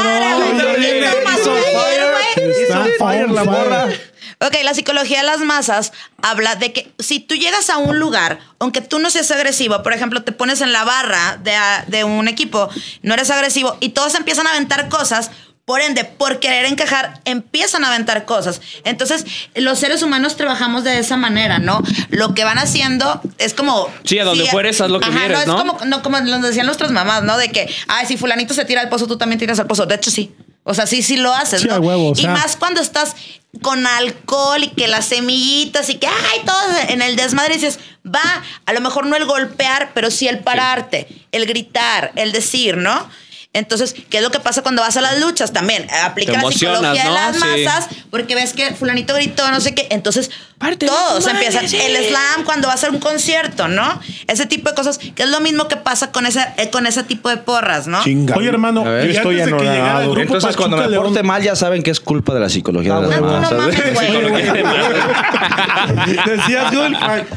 S6: Está
S1: fire la
S6: on fire.
S1: morra.
S3: *laughs* Ok, la psicología de las masas habla de que si tú llegas a un lugar, aunque tú no seas agresivo, por ejemplo, te pones en la barra de, a- de un equipo, no eres agresivo y todos empiezan a aventar cosas, por ende, por querer encajar, empiezan a aventar cosas. Entonces, los seres humanos trabajamos de esa manera, ¿no? Lo que van haciendo es como...
S5: Sí, a donde fueres, haz lo que quieres,
S3: es
S5: ¿no?
S3: como no, como nos decían nuestras mamás, ¿no? De que, ay, si fulanito se tira al pozo, tú también tiras al pozo. De hecho, sí. O sea, sí, sí lo haces,
S6: Sí,
S3: ¿no?
S6: a huevo, o
S3: y
S6: sea.
S3: más cuando estás con alcohol y que las semillitas y que, ay, todo en el desmadre dices, va, a lo mejor no el golpear, pero sí el pararte, el gritar, el decir, ¿no? Entonces, ¿qué es lo que pasa cuando vas a las luchas también? eh, Aplica
S5: Te
S3: la psicología de
S5: emocionas,
S3: las
S5: ¿no? Sí.
S3: masas porque ves que fulanito gritó, no sé qué. Entonces,
S5: Parte de
S3: todos
S5: tu madre,
S3: empiezan
S5: sí.
S3: el slam cuando vas a un concierto, ¿no? Ese tipo de cosas, que es lo mismo que pasa con ese, eh, con ese tipo de porras, ¿no?
S2: Chinga.
S6: Oye, hermano,
S4: A ver,
S6: y
S2: yo estoy
S6: antes de que
S2: anonadado.
S6: llegara el grupo
S4: Entonces, cuando
S6: Pachuca
S4: me
S6: León-
S4: porte mal, ya saben que es culpa de la psicología de
S1: Ah,
S4: las
S3: bueno. No, no
S4: masas.
S3: mames, güey.
S4: Psicología de masas.
S1: Decías, Gul.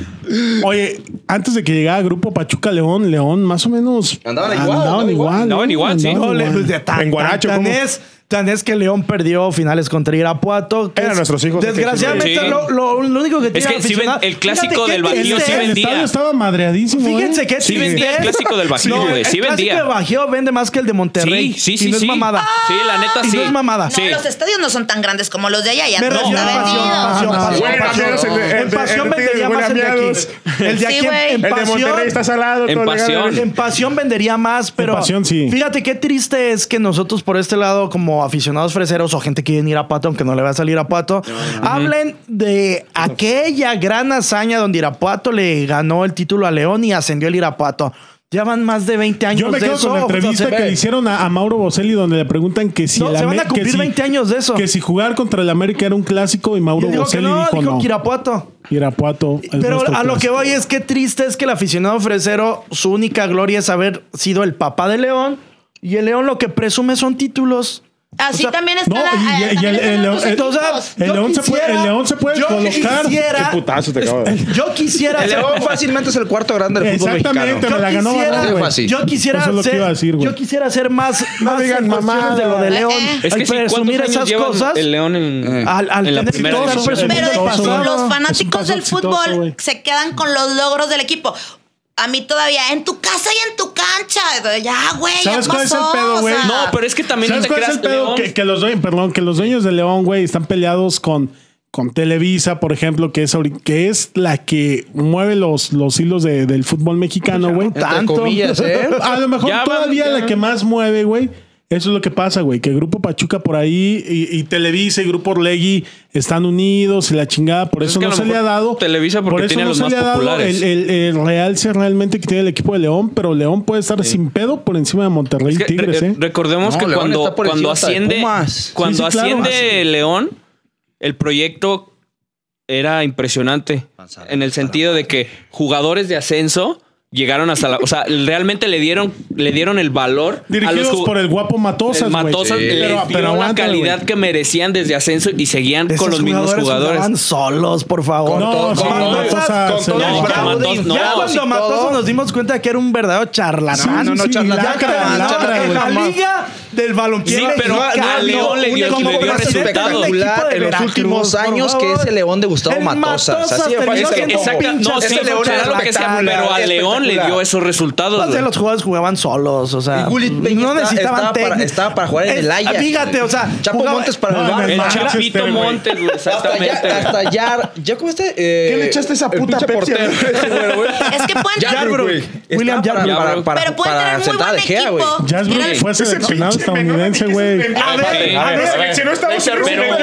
S6: Oye, antes de que llegara Grupo Pachuca León, León más o menos
S4: Andaban igual,
S6: Andaban igual,
S4: andaban igual.
S5: Andaban igual, sí.
S6: Andaban
S5: No,
S1: Híjole, pues, de tan,
S2: En Guaracho,
S1: tan, tan
S2: ¿cómo?
S1: es, tan es que León perdió finales contra Irapuato. que
S2: Eran
S1: es-
S2: nuestros hijos de
S1: Desgraciadamente,
S5: Sí.
S1: lo, lo- lo único que tiene
S5: que sí
S1: aficionado-
S5: ven- el clásico
S1: Fíjate qué
S5: del Bajío
S1: triste
S5: sí
S1: es.
S5: vendía.
S6: El estadio estaba madreadísimo.
S1: este,
S6: ¿eh?
S1: Fíjense qué
S5: Sí
S1: triste
S5: vendía el
S1: es.
S5: clásico del Bajío,
S1: No,
S5: güey,
S1: el
S5: sí vendía.
S1: clásico del Bajío vende más que el de Monterrey.
S5: Sí, sí, sí.
S1: Y no es
S5: sí.
S1: mamada.
S3: Ah,
S5: Sí, la neta
S1: Y no
S5: sí.
S1: es mamada.
S3: No,
S5: Sí.
S3: los estadios no son tan grandes como los de allá. Ya
S1: Me
S3: todo
S1: refiero
S3: está
S1: a pasión,
S3: vendido.
S1: pasión,
S6: Ah,
S1: pasión,
S2: bueno,
S1: pasión.
S2: pasión es el de- el
S1: En
S2: de-
S1: pasión
S2: el de
S1: vendería
S2: Tigres
S1: más el de
S2: Guarameados.
S1: aquí. El de
S3: Sí,
S1: aquí
S3: güey.
S1: en
S2: El de
S1: pasión.
S2: Monterrey está salado.
S5: En
S2: todo legal.
S5: pasión.
S1: En pasión vendería más, pero.
S6: pasión, sí.
S1: Fíjate qué triste es que nosotros, por este lado, como aficionados freseros o gente que viene a ir a Pato, aunque no le va a salir a Pato,
S6: Ah,
S1: hablen de aquella gran hazaña donde Irapuato le ganó el título a León y ascendió el Irapuato. Ya van más de 20 años
S6: Yo me
S1: de
S6: quedo
S1: eso.
S6: con la entrevista
S1: Entonces,
S6: que le hicieron a, a Mauro Boselli donde le preguntan que si
S1: No,
S6: el
S1: se van a
S6: Ame-
S1: cumplir
S6: que si-
S1: 20 años de eso.
S6: Que si jugar contra el América era un clásico y Mauro
S1: yo digo que
S6: Boselli
S1: no,
S6: dijo
S1: dijo
S6: no.
S1: que Irapuato.
S6: Irapuato. es
S1: Pero
S6: nuestro
S1: a lo que
S6: clásico.
S1: voy es que triste es que el aficionado fresero, su única gloria es haber sido el papá de León. Y el León lo que presume son títulos.
S3: Así
S1: O sea,
S3: también está
S6: no,
S3: la-
S6: y-
S3: ah,
S6: y-
S3: también
S6: y el-
S3: están
S6: el-
S3: los
S6: el-
S3: equipos.
S1: Entonces,
S6: el
S1: yo
S6: León se puede-
S1: quisiera-
S6: el León se puede
S1: yo
S6: colocar.
S1: Quisiera,
S2: Qué putazo te acabo de dar.
S1: yo quisiera
S4: El
S1: ser-
S4: León fácilmente es el cuarto grande del fútbol
S6: Exactamente,
S4: mexicano.
S6: me la ganó
S1: quisiera-
S6: Barrera, güey.
S4: Fácil.
S1: Yo quisiera
S6: Eso es lo que
S1: ser,
S6: iba a decir, güey.
S1: yo quisiera ser más, más
S2: digan
S1: en cuestiones
S2: mamá.
S1: de lo de León.
S3: Eh, eh.
S5: Es que
S1: Al
S5: sí,
S1: presumir
S5: ¿cuántos años
S1: esas
S5: lleva
S1: cosas,
S5: el León en,
S1: al, al
S5: en la
S1: tener que
S5: primera
S1: estar
S6: exitoso,
S5: división?
S1: presumiendo
S3: Pero
S1: el
S6: Exitoso,
S1: pasado.
S6: güey.
S3: los
S6: paso
S3: fanáticos del
S6: exitoso,
S3: fútbol
S6: güey.
S3: se quedan con los logros del equipo. A mí todavía, en tu casa y en tu cancha. Ya, güey, ya
S6: ¿Sabes
S3: pasó.
S6: cuál es el pedo,
S3: o
S6: güey?
S3: sea.
S5: No, pero es que también no
S6: ¿Sabes
S5: te
S6: cuál es
S5: creas
S6: el pedo?
S5: León.
S6: Que, que los dueños, perdón, que los dueños de León, güey, están peleados con, con Televisa, por ejemplo, que es, ahorita- que es la que mueve los, los hilos de- del fútbol mexicano, güey.
S4: Entre comillas, ¿eh?
S6: *laughs* A lo mejor
S5: Ya van-
S6: todavía la que más mueve, güey. Eso es lo que pasa, güey. Que Grupo Pachuca por ahí y, y Televisa y Grupo Orlegui están unidos y la chingada. Por
S5: Pues es
S6: eso
S5: que a
S6: no
S5: lo
S6: se le ha
S5: mejor
S6: dado.
S5: Televisa porque
S6: por eso
S5: tiene
S6: no
S5: los
S6: se
S5: más
S6: le ha dado
S5: populares.
S6: El, el, el realce realmente que tiene el equipo de León, pero León puede estar sin pedo por encima de Monterrey
S5: Es
S6: y
S5: que
S6: Tigres,
S5: re-
S6: ¿eh?
S5: Recordemos
S4: No,
S5: que
S4: León
S5: cuando,
S4: está por
S5: cuando
S4: encima hasta de
S5: asciende,
S4: Pumas.
S5: cuando
S6: Sí, sí, claro.
S5: asciende León, el proyecto era impresionante en el sentido de que jugadores de ascenso llegaron hasta la, o sea, realmente le dieron, le dieron el valor
S6: Dirigidos
S5: a los ju-
S6: por el guapo Matosas,
S5: el
S6: güey.
S5: Matosas
S4: Sí.
S5: le
S6: Pero-
S5: dio
S6: pero
S5: la
S6: aguanta,
S5: calidad
S6: güey.
S5: que merecían desde ascenso y seguían
S1: Esos
S5: con los mismos jugadores.
S1: jugaban solos, por favor.
S6: No,
S4: todo-
S6: sí,
S4: con todo-
S6: Matosas,
S4: con todo
S6: no,
S4: el
S6: no,
S4: fraude y
S5: Matos- no,
S1: ya
S5: sí,
S1: cuando
S4: todo.
S1: Matoso nos dimos cuenta que era un verdadero
S6: Sí,
S1: charlatán.
S6: sí,
S4: no,
S6: sí,
S4: charla-
S1: Ya
S6: lacra,
S1: en la-
S6: lacra,
S1: en la
S6: güey.
S1: liga del balompié
S5: Sí, pero a-
S1: mexicano,
S5: a León le dio-
S1: como
S5: le dio
S1: presidente de
S5: resultados.
S1: un equipo de
S4: Espectacular en los
S1: Veracruz,
S4: últimos
S1: por
S4: años,
S1: favor.
S4: que es el León de Gustavo Matosas. Así de
S5: Pues
S1: terminó
S4: fácil se lo
S1: siendo
S4: pongo.
S5: Exacto,
S1: un
S5: no,
S1: pinche
S5: sí,
S4: Ese
S1: León
S5: será
S1: era
S5: lo que sea,
S1: espectacular.
S5: pero a León le dio esos resultados.
S1: Pues de
S5: güey.
S1: los jugadores jugaban solos, o sea,
S4: Y Gullit Peña
S1: no
S4: estaba-
S1: necesitaban
S4: estaba para-
S1: técnica.
S4: estaba para jugar en
S1: Eh,
S4: el Ajax,
S1: Fíjate,
S4: güey.
S1: o sea,
S4: Chapo
S1: jugaba-
S4: Montes para el
S1: No,
S4: Barça.
S1: no,
S5: El
S1: no,
S6: Manchester,
S5: Chapito
S6: güey.
S5: Montes, güey,
S4: Hasta ya,
S5: exactamente. güey.
S4: hasta ya, ya como este. eh,
S2: ¿Qué le echaste esa
S4: el
S2: puta
S4: pinche
S2: Pepsi a-
S3: Es que pueden tener-
S4: *laughs* Yarbrough, güey.
S1: William
S4: Está para-
S1: Yarbrough.
S4: para- para-
S3: Pero pueden
S4: para
S3: tener muy
S4: sentar
S3: buen
S4: de Gea, güey.
S3: equipo. Era
S6: Jasmine
S3: el-
S6: fue seleccionado estadounidense,
S1: A
S6: güey.
S5: Sí,
S1: ver, a
S5: a
S1: ver,
S5: ver,
S2: Eh, Si no estamos
S5: Pero-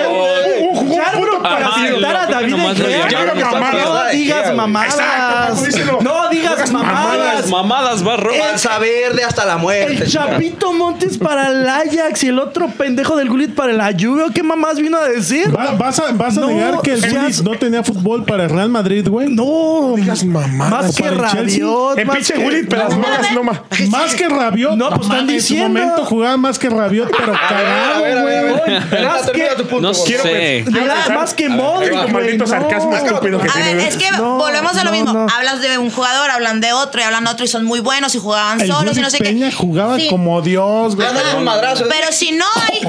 S1: Ya, bro, para
S5: Ajá,
S1: sentar
S5: lo
S1: a
S5: que
S1: David
S5: nomás
S1: Egea.
S5: lo llamaron
S1: Ya,
S4: está
S1: No
S4: parado.
S1: digas
S4: Exacto,
S1: mamadas.
S2: Paco, díselo.
S1: No digas mamadas.
S5: Mamadas, mamadas, barro.
S4: Panza verde hasta la muerte.
S1: El Chapito Montes para el Ajax y el otro pendejo del Gullit para el Ayubio. ¿Qué mamás vino a decir?
S6: Va- ¿Vas a, vas a
S1: No,
S6: negar que el
S1: seas-
S6: Gullit no tenía fútbol para el Real Madrid, güey?
S1: No,
S2: digas mamadas.
S1: más que
S6: Para el Chelsea.
S1: Rabiot,
S2: En
S1: más
S2: pinche
S1: que-
S2: Gullit, pero las
S1: No,
S2: malas no más.
S6: Más que Rabiot.
S1: No, pues, están
S6: mames,
S1: diciendo.
S6: En su momento jugaba más que Rabiot, pero cagado,
S4: ver, a ver, a
S6: güey.
S4: ver.
S1: Más que-
S4: Termina tu punto,
S5: No
S4: güey.
S5: sé.
S2: ver.
S1: Yo
S2: Ahí
S1: era
S2: va.
S1: más que
S2: A ver,
S1: Modric,
S2: ahí va.
S1: güey,
S2: Maldito
S1: no.
S2: sarcasmo estúpido que
S3: A ver, es que
S1: No,
S3: volvemos a lo
S1: no,
S3: mismo.
S1: no.
S3: Hablas de un jugador, hablan de otro y hablan de otro y son muy buenos y jugaban
S6: El
S3: solos y no
S6: Gullit
S3: sé
S6: Peña
S3: qué.
S6: jugaba
S3: Sí.
S6: como Dios, güey.
S4: Ah, un madrazo.
S3: Pero si no hay, si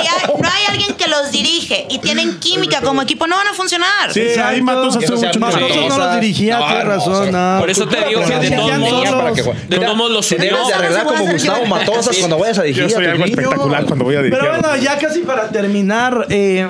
S3: hay- no hay alguien que los dirige y tienen química como equipo, no van a funcionar.
S6: Sí, ahí Matos hace
S4: Eso se
S6: mucho
S4: llama
S6: más.
S5: Matosas.
S1: Matosas no los dirigía,
S4: No,
S1: tienes
S4: no,
S1: razón.
S4: o sea,
S1: no.
S5: por eso te
S1: Cultura
S5: digo que
S1: propia,
S5: de todos
S1: hacían
S5: modos-
S1: solos.
S5: Para que De todos modos los
S4: Te debes
S5: unió.
S4: de arreglar como Gustavo Matosas cuando vayas a dirigir.
S2: Yo soy
S4: a tu
S2: algo
S4: equipo.
S2: espectacular cuando voy a dirigir.
S1: Pero bueno, ya casi para terminar, eh,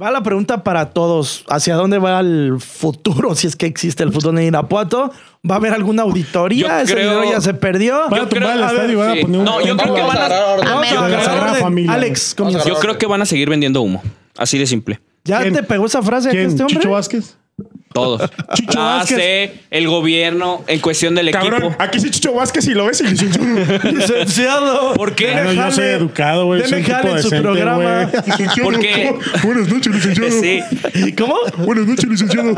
S1: va la pregunta para todos. ¿Hacia dónde va el futuro? *laughs* Si es que existe el futuro en Irapuato. ¿Va a haber alguna auditoría?
S5: Yo
S1: ¿Ese
S5: creo-
S1: dinero ya se perdió?
S6: Van a
S5: Yo
S6: tumbar el
S5: creo- a ver,
S6: estadio y van a
S5: sí.
S6: poner un.
S5: No, yo creo que
S4: Vamos
S5: van
S4: a
S5: a-
S4: agarrar orden.
S1: Vamos
S3: Amén.
S1: a
S6: la
S1: agarrar
S6: Sagrada
S1: orden.
S6: Familia.
S1: Alex,
S4: Vamos a
S1: comienza.
S5: Yo creo que van a seguir vendiendo humo. Así de simple.
S1: ¿Ya
S6: ¿Quién?
S1: te pegó esa frase de
S6: ¿Quién?
S1: este hombre?
S6: ¿Chicho Vázquez?
S5: Todos.
S6: *laughs* Chicho
S5: La
S6: Vázquez.
S5: AC, el gobierno, en cuestión del
S2: Cabrón,
S5: equipo.
S2: aquí sí Chucho Vázquez y lo ves y le dices,
S1: Licenciado.
S5: ¿Por qué?
S1: Deme
S6: Claro, yo
S1: jale.
S6: soy educado, güey. Soy
S1: Deme
S6: un tipo
S1: jale en su
S6: decente,
S1: programa.
S6: güey.
S5: Porque-
S2: Buenas noches, licenciado.
S6: *laughs*
S5: Sí.
S1: *laughs* ¿Cómo?
S2: Buenas noches, licenciado.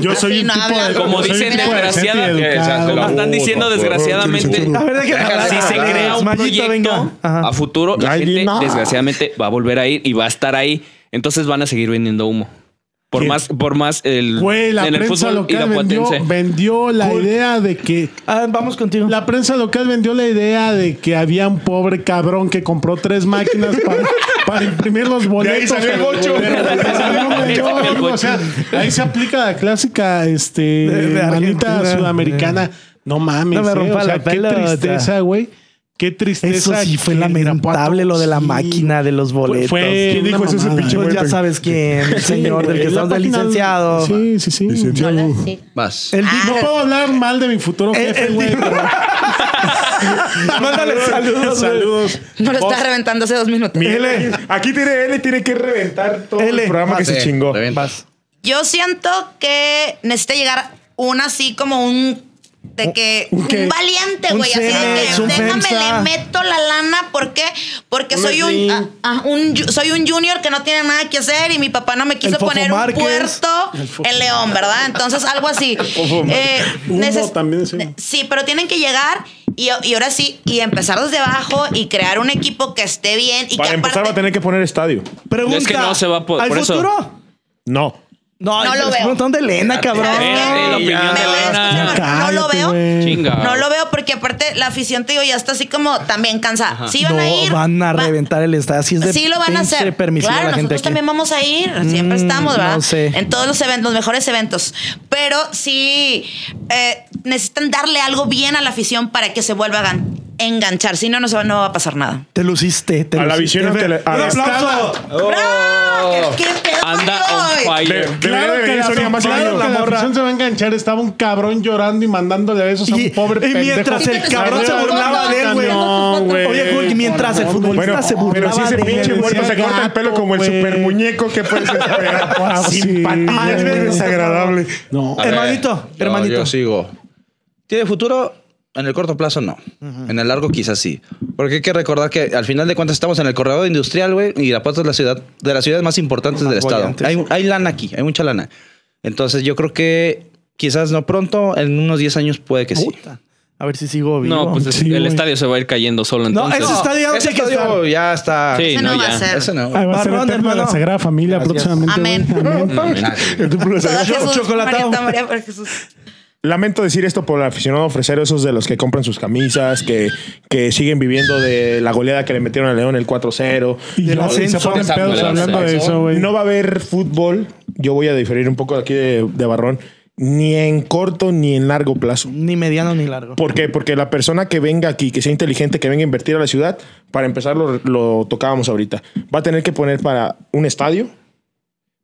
S6: Yo soy
S3: Así
S6: un
S3: no
S6: tipo
S3: hablan.
S6: de.
S5: Como
S6: soy un
S5: dicen,
S6: tipo decente y
S5: desgraciada-
S6: educado.
S4: Exacto, la
S5: Como están diciendo desgraciadamente,
S1: A ver, déjame hablar.
S5: si se
S1: Ah,
S5: crea un
S1: Mayito,
S5: proyecto
S1: venga. Ajá.
S5: a futuro, la gente
S2: Gallina.
S5: desgraciadamente va a volver a ir y va a estar ahí. Entonces van a seguir vendiendo humo. Por
S6: ¿Quién?
S5: más, por más el,
S6: Güey, la
S5: en el
S6: prensa
S5: fútbol
S6: local vendió,
S5: irapuatense.
S6: vendió la
S1: Cool.
S6: idea de que
S1: Ah, vamos contigo.
S6: La prensa local vendió la idea de que había un pobre cabrón que compró tres máquinas para, para imprimir los boletos.
S2: salió el bocho.
S6: Pero le salió un millón, o sea, ahí se aplica la clásica este,
S1: De- de
S6: manita
S1: Argentina.
S6: sudamericana. No mames,
S1: No me
S6: eh,
S1: rompa
S6: o sea,
S1: la
S6: qué
S1: pelota.
S6: tristeza, güey. Qué
S1: Eso
S6: tristeza.
S1: sí fue
S6: que
S1: lamentable
S6: Irapuato-
S1: lo de la
S6: sí.
S1: máquina de los boletos.
S6: fue
S1: ¿Quién
S6: una
S1: dijo eso? Ese
S6: mamada.
S1: pinche
S6: Pues
S1: ya sabes quién, el
S6: *laughs* Sí,
S1: señor del que
S6: güey, la
S1: estamos de
S6: página-
S1: licenciado.
S6: Sí, sí, sí.
S2: Licenciado.
S4: Vas.
S1: Él
S5: Ah.
S6: No
S1: dijo,
S6: puedo hablar mal de mi futuro
S1: Él-
S6: jefe,
S1: él *laughs*
S6: güey.
S1: dijo-
S6: pero-
S1: mándale saludos. güey.
S2: Saludos.
S3: No lo estás reventando hace dos minutos.
S2: L, aquí tiene L, tiene que reventar todo
S1: L,
S2: el programa que se
S4: Sí,
S2: chingó.
S4: está bien.
S3: Yo siento que necesita llegar un así como un. De que
S6: ¿Un
S3: un,
S6: qué?
S3: valiente,
S1: Un
S3: güey. Así de
S1: Cemex,
S3: que
S1: un
S3: déjame,
S1: FEMSA".
S3: le meto la lana. ¿Por qué? Porque soy un,
S6: Slim.
S3: ah, ah, un ju- soy un junior que no tiene nada que hacer y mi papá no me quiso
S1: Fofo
S3: poner un
S1: Márquez.
S3: puerto en León, ¿verdad? Entonces, algo
S6: *laughs*
S3: así. Eh,
S6: Humo
S3: neces-
S6: también, sí.
S3: ne- Sí, pero tienen que llegar y, y ahora sí, y empezar desde abajo y crear un equipo que esté bien y
S2: Para
S3: que
S2: empezar va a
S3: aparte-
S2: tener que poner estadio.
S1: Pregunta.
S5: Es que no se va a po-
S1: ¿Al
S5: por eso.
S1: futuro?
S2: No.
S1: No,
S3: No
S1: es-
S3: lo
S1: es
S3: veo.
S1: un montón de Elena, cabrón.
S3: ¿Sabes qué?
S5: Espérate, la
S3: Me
S5: opinión
S3: voy
S5: de
S3: a
S5: Elena.
S3: escuchar, No lo
S6: Cállate,
S3: veo.
S6: güey.
S5: Chinga.
S3: No lo veo porque aparte la afición, te digo, ya está así como también cansada. Sí van
S1: no,
S3: a ir.
S1: van a
S3: va-
S1: reventar el estadio. Así es de
S3: Sí lo van a
S1: pinche
S3: hacer.
S1: permisiva
S3: Claro,
S1: la gente
S3: nosotros
S1: aquí.
S3: también vamos a ir. Siempre
S1: Mm,
S3: estamos, ¿verdad?
S1: no sé.
S3: En todos los eventos, los mejores eventos. Pero sí eh, necesitan darle algo bien a la afición para que se vuelva a gan- enganchar. Si no, no, se va- no va a pasar nada.
S1: Te luciste. Te
S2: A la
S1: luciste.
S2: visión ante la- a
S1: Un
S2: la-
S1: aplauso.
S3: ¡Bravo! ¿Qué, qué pedo
S5: Oh. Anda
S3: con
S5: on
S3: hoy?
S5: fire.
S2: De- Debería
S6: Claro
S2: de
S6: que,
S2: venir
S6: la,
S2: Sonia más
S6: claro que
S2: seguido.
S6: la
S1: morra.
S6: afición se va a enganchar. Estaba un cabrón llorando y mandándole besos a un
S1: Y-
S6: pobre
S1: y
S6: pendejo.
S1: mientras el
S6: que
S1: cabrón
S6: traía
S1: se
S6: la
S1: burlaba de él, güey.
S6: No, güey.
S1: Oye, Hulk, mientras el futbolista
S2: Bueno,
S1: se
S2: pero
S1: burlaba
S2: si ese
S1: de
S2: pinche
S1: él,
S2: muerto se
S1: decía,
S2: corta el pelo
S6: gato,
S2: como el
S6: güey.
S2: super muñeco que puedes
S6: *laughs*
S2: esperar.
S6: Wow, sí, Ah,
S2: Simpatía.
S1: güey.
S2: Es desagradable.
S6: No.
S4: A ver,
S1: Hermanito,
S4: yo-
S1: hermanito.
S4: Yo sigo. ¿Tiene futuro? En el corto plazo no. En el largo quizás sí. Porque hay que recordar que al final de cuentas estamos en el corredor industrial, güey, y Irapuato es la ciudad de las ciudades más importantes
S1: Más
S4: del estado.
S1: bollantes.
S4: Hay, hay lana aquí, hay mucha lana. Entonces yo creo que quizás no pronto, en unos 10 años puede que sí.
S1: Puta. A ver si sigo vivo.
S5: No, *laughs* pues es-
S6: Sí,
S5: el
S6: güey.
S5: estadio se va a ir cayendo solo
S1: No,
S5: entonces.
S1: ese estadio ya no
S4: Ese
S1: tiene que
S4: estadio
S1: estar.
S4: ya está.
S5: Sí,
S3: Ese
S5: no,
S3: no va
S5: ya.
S3: a
S1: Pues
S3: ser.
S4: Ese no.
S6: Ahí va a ser
S1: Barrón,
S6: el templo de la
S1: hermano.
S6: Sagrada Familia
S1: Gracias.
S6: próximamente. güey.
S3: Amén. Todo
S1: Cho-
S3: Jesús,
S1: Pues chocolatado.
S3: Marieta, María, por Jesús.
S2: Lamento decir esto por el aficionado ofrecer esos de los que compran sus camisas, que, que siguen viviendo de la goleada que le metieron a León el 4-0.
S6: Y
S1: Del
S6: yo- y se
S1: ascenso.
S6: ponen pedos
S5: Del
S6: hablando de
S5: ascenso.
S6: eso, güey.
S2: ¿eh? No va a haber fútbol. Yo voy a diferir un poco aquí de, de Barrón. Ni en corto ni en largo plazo.
S1: Ni mediano ni largo.
S2: ¿Por qué? Porque la persona que venga aquí, que sea inteligente, que venga a invertir a la ciudad, para empezar lo, lo tocábamos ahorita, va a tener que poner para un estadio,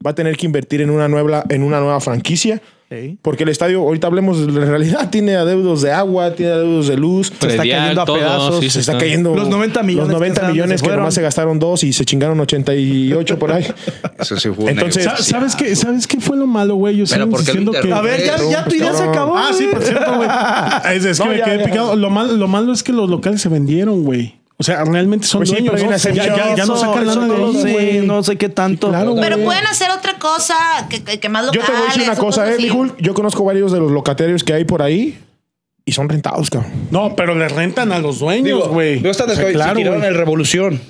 S2: va a tener que invertir en una nueva, en una nueva franquicia,
S1: Ok.
S2: porque el estadio, ahorita hablemos, de la realidad *laughs* tiene adeudos de agua, tiene adeudos de luz,
S1: Se está cayendo a
S5: Predial, todo,
S1: pedazos,
S5: sí,
S2: se está
S5: está.
S2: cayendo
S1: Los 90 millones,
S2: los 90
S1: quién sabe dónde
S2: millones
S1: se
S2: que nomás
S1: fueron.
S2: se gastaron dos y se chingaron 88 por
S5: *laughs*
S2: ahí.
S4: Eso sí fue un
S2: Entonces-
S4: negocio.
S6: Sa- ¿Sabes qué, ¿Sabes qué fue lo malo, güey? Yo
S4: Pero
S6: sigo
S4: ¿por qué
S6: diciendo
S4: lo
S6: que...
S4: interrumpes?
S1: A ver, ya, ya tu idea se acabó.
S6: Ah, sí, por cierto, güey. Es, es que
S2: No,
S6: me
S2: ya,
S6: quedé
S2: ya.
S6: picado. Lo, mal- lo malo es que los locales se vendieron, güey. O sea, realmente son
S2: Pues sí,
S6: dueños.
S2: pero viene
S6: ¿no?
S2: a ser
S6: ya, ya, ya
S1: Eso-
S6: no sacan
S1: eso
S6: nada de
S1: no lo
S6: ahí,
S1: sé,
S6: güey.
S1: no sé qué tanto.
S6: Claro, güey.
S3: Pero pueden hacer otra cosa que, que- que más
S2: Yo
S3: locales.
S2: te voy a decir una cosa, eh,
S3: así.
S2: Mijul, yo conozco varios de los locatarios que hay por ahí y son rentados, cabrón.
S6: No, pero le rentan a los dueños,
S4: Digo,
S6: güey.
S4: veo estas
S6: O sea,
S4: descab- se
S6: claro,
S4: tiraron
S6: güey.
S4: el Revolución.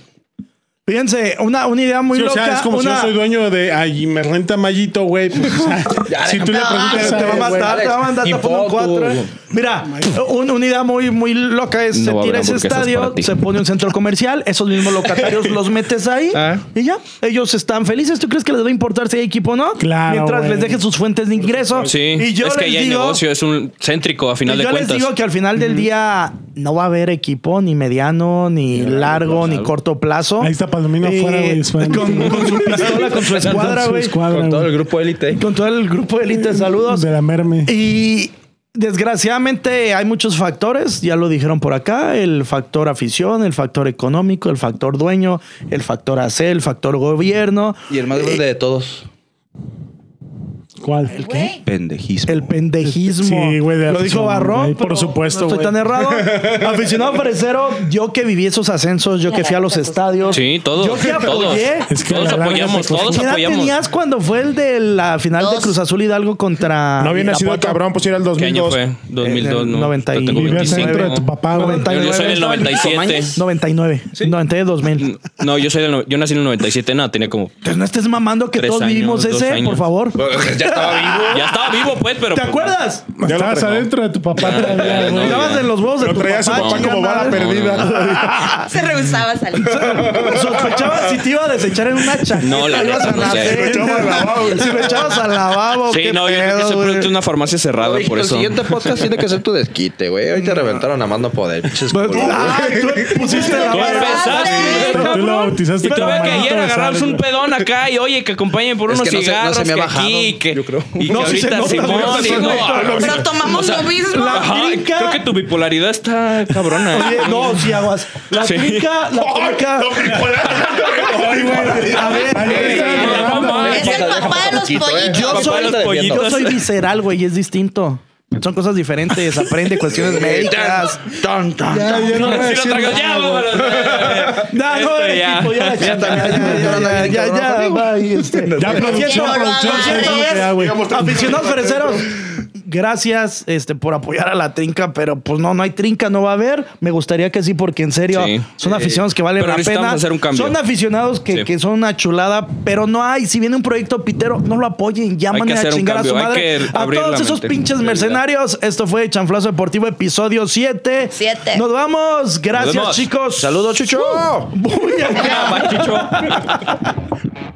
S1: Fíjense, una, una idea muy
S6: Sí, o
S1: loca.
S6: sea, es como si
S1: una-
S6: yo soy dueño de... Ay, me renta Mallito, güey. pues, o sea, si tú le
S4: déjame-
S1: Te
S6: preguntas...
S1: te va a
S4: güey,
S1: matar,
S4: Alex.
S1: te va a mandar
S4: Y
S1: te ponen
S4: Potu.
S1: cuatro. eh. Mira, un- una idea muy, muy loca es
S5: No va
S1: se
S5: a
S1: tira
S5: haber
S1: ese
S5: hamburguesas
S1: estadio,
S5: para ti.
S1: se pone un centro comercial, esos mismos locatarios los metes
S5: *laughs*
S1: ahí
S4: Ah.
S1: y ya. Ellos están felices. ¿Tú crees que les va a importar si hay equipo o no?
S6: Claro,
S1: Mientras
S6: güey.
S1: les dejen sus fuentes de ingreso.
S5: Sí,
S1: y yo
S5: es que
S1: les
S5: ya hay
S1: digo,
S5: negocio, es un céntrico a final
S1: y
S5: de
S1: yo les
S5: cuentas.
S1: digo que al final del día no va a haber equipo ni mediano, ni largo, ni corto plazo.
S6: Ahí está Palomino
S1: Eh,
S6: afuera, güey.
S1: Con,
S6: esperando.
S1: con su pistola, con su escuadra,
S6: Su
S1: güey.
S6: escuadra,
S4: Con
S6: güey.
S4: todo el grupo élite.
S1: Con todo el grupo de élite, saludos.
S6: De la merme.
S1: Y desgraciadamente hay muchos factores, ya lo dijeron por acá, el factor afición, el factor económico, el factor dueño, el factor AC, el factor gobierno.
S4: Y el más grande de todos.
S6: ¿Cuál?
S3: Güey.
S4: Pendejismo.
S1: El pendejismo.
S6: Sí, güey, de
S1: Lo dijo
S6: afición,
S1: Barrón.
S6: güey, por
S1: pero
S6: supuesto,
S1: No estoy
S6: güey.
S1: tan
S6: *laughs*
S1: errado. Aficionado fresero, yo que viví esos ascensos, yo que fui a los estadios.
S5: Sí, todos.
S1: Yo que
S5: *laughs* todos.
S1: apoyé.
S6: Es que a la
S5: todos
S6: larga
S5: apoyamos,
S6: se
S5: todos
S1: ¿Qué edad
S5: apoyamos.
S1: tenías cuando fue el de la final de
S3: Dos.
S1: Cruz Azul Hidalgo contra.
S2: No viene sido el
S1: Irapuato?
S2: cabrón, pues era el
S5: ¿Qué año
S2: 2002.
S5: fue? 2002, no.
S1: 90 y-
S5: Yo tengo
S1: Vive
S6: Vivías
S5: 25.
S6: adentro de tu papá, güey.
S1: 90.
S5: Yo soy del 97.
S1: 99. 92, 2000.
S5: No, yo soy del no- yo nací en el 97, nada, tenía como
S1: Entonces no estés mamando que
S5: Tres
S1: todos
S5: años,
S1: vivimos
S5: dos
S1: ese,
S5: años.
S1: por favor.
S4: *laughs* ya estaba vivo.
S5: Ya estaba vivo, pues, pero.
S1: ¿Te acuerdas?
S2: Ya lo
S6: Estabas
S2: trajo.
S6: adentro de tu papá
S5: ya,
S6: todavía,
S5: no,
S6: güey.
S1: Estabas
S5: ya.
S1: en los huevos de
S2: Lo
S1: tu
S2: traía a su papá
S1: chingada
S2: como bala
S1: madre.
S2: perdida.
S3: Se rehusaba a salir.
S1: Sospechaba si te iba a desechar en una chaqueta.
S5: No, la
S1: ibas
S5: neta,
S1: a
S5: no
S1: nacer.
S5: sé.
S2: Si lo echabas al lavabo.
S1: Si lo echabas al lavabo.
S5: Sí,
S1: qué
S5: no, yo creo que
S1: pedo,
S5: ese
S1: güey.
S5: producto es una farmacia cerrada,
S4: Oye,
S5: por
S4: el
S5: eso.
S4: siguiente podcast tiene que ser tu desquite, güey. Hoy te reventaron a más no poder. pinches
S1: Pues,
S4: culos, güey.
S1: ay, tú pusiste la
S5: Tú
S1: vara.
S5: empezaste.
S6: Tú lo bautizaste
S5: Y
S6: como
S5: todavía que
S6: Manito
S5: ayer
S6: Besar,
S5: agarramos un
S6: güey.
S5: pedón acá y oye, que acompañen por
S4: Es
S5: unos
S4: que no se- no
S5: cigarros
S4: se me ha
S5: que
S4: bajado,
S5: aquí, y que,
S4: yo creo.
S5: y que
S1: No, sí se
S5: ahorita
S1: nota,
S5: Simón
S1: güey,
S5: y
S1: se
S5: no,
S1: nota,
S5: Ah, no,
S3: Pero tomamos lo mismo.
S1: la-
S5: ajá,
S1: trinca.
S5: creo que tu bipolaridad está cabrona. ¿eh?
S1: Oye, no, si aguas. La
S5: Sí.
S1: trinca, la trinca. A ver,
S3: Es el papá de los
S4: ¿eh?
S3: pollitos.
S1: yo
S5: Papá
S1: soy,
S5: de los pollitos.
S1: yo soy visceral, güey, y es distinto. Son cosas diferentes, aprende cuestiones médicas.
S4: Tan, tan, tan.
S2: Ya
S5: *laughs*
S2: no voy a
S5: Sí lo
S2: decir
S5: traigo,
S2: nada,
S5: ya, vámonos.
S2: güey.
S1: Ya, no, eres tipo, ya, la chingada, ya, ya,
S5: Esto ya.
S1: ya, ya, ya, va, y este.
S6: Ya producción,
S3: no lo
S6: producción,
S3: agarres.
S6: sí, sí, ya, güey.
S1: Aficionados fereceros, gracias este, por apoyar a la trinca, pero pues no, no hay trinca, no va a haber. Me gustaría que sí, porque en serio
S5: Sí. Eh,
S1: son aficionados que valen
S5: Pero
S1: la
S5: necesitamos
S1: pena.
S5: hacer un cambio.
S1: Son aficionados que,
S5: Sí.
S1: que son una chulada, pero no hay. Si viene un proyecto pitero, no lo apoyen, llaman a
S5: hacer un
S1: chingar a su
S5: cambio, hay
S1: madre.
S5: que
S1: A
S5: abrir la
S1: todos esos
S5: mente.
S1: pinches
S5: Realidad.
S1: mercenarios, esto fue Chanflazo Deportivo, episodio 7.
S3: Siete.
S1: Nos vamos, gracias
S5: vemos.
S1: chicos. Uh,
S4: Saludos, Chucho.
S1: Muy acá.
S5: Ah, va, Chicho.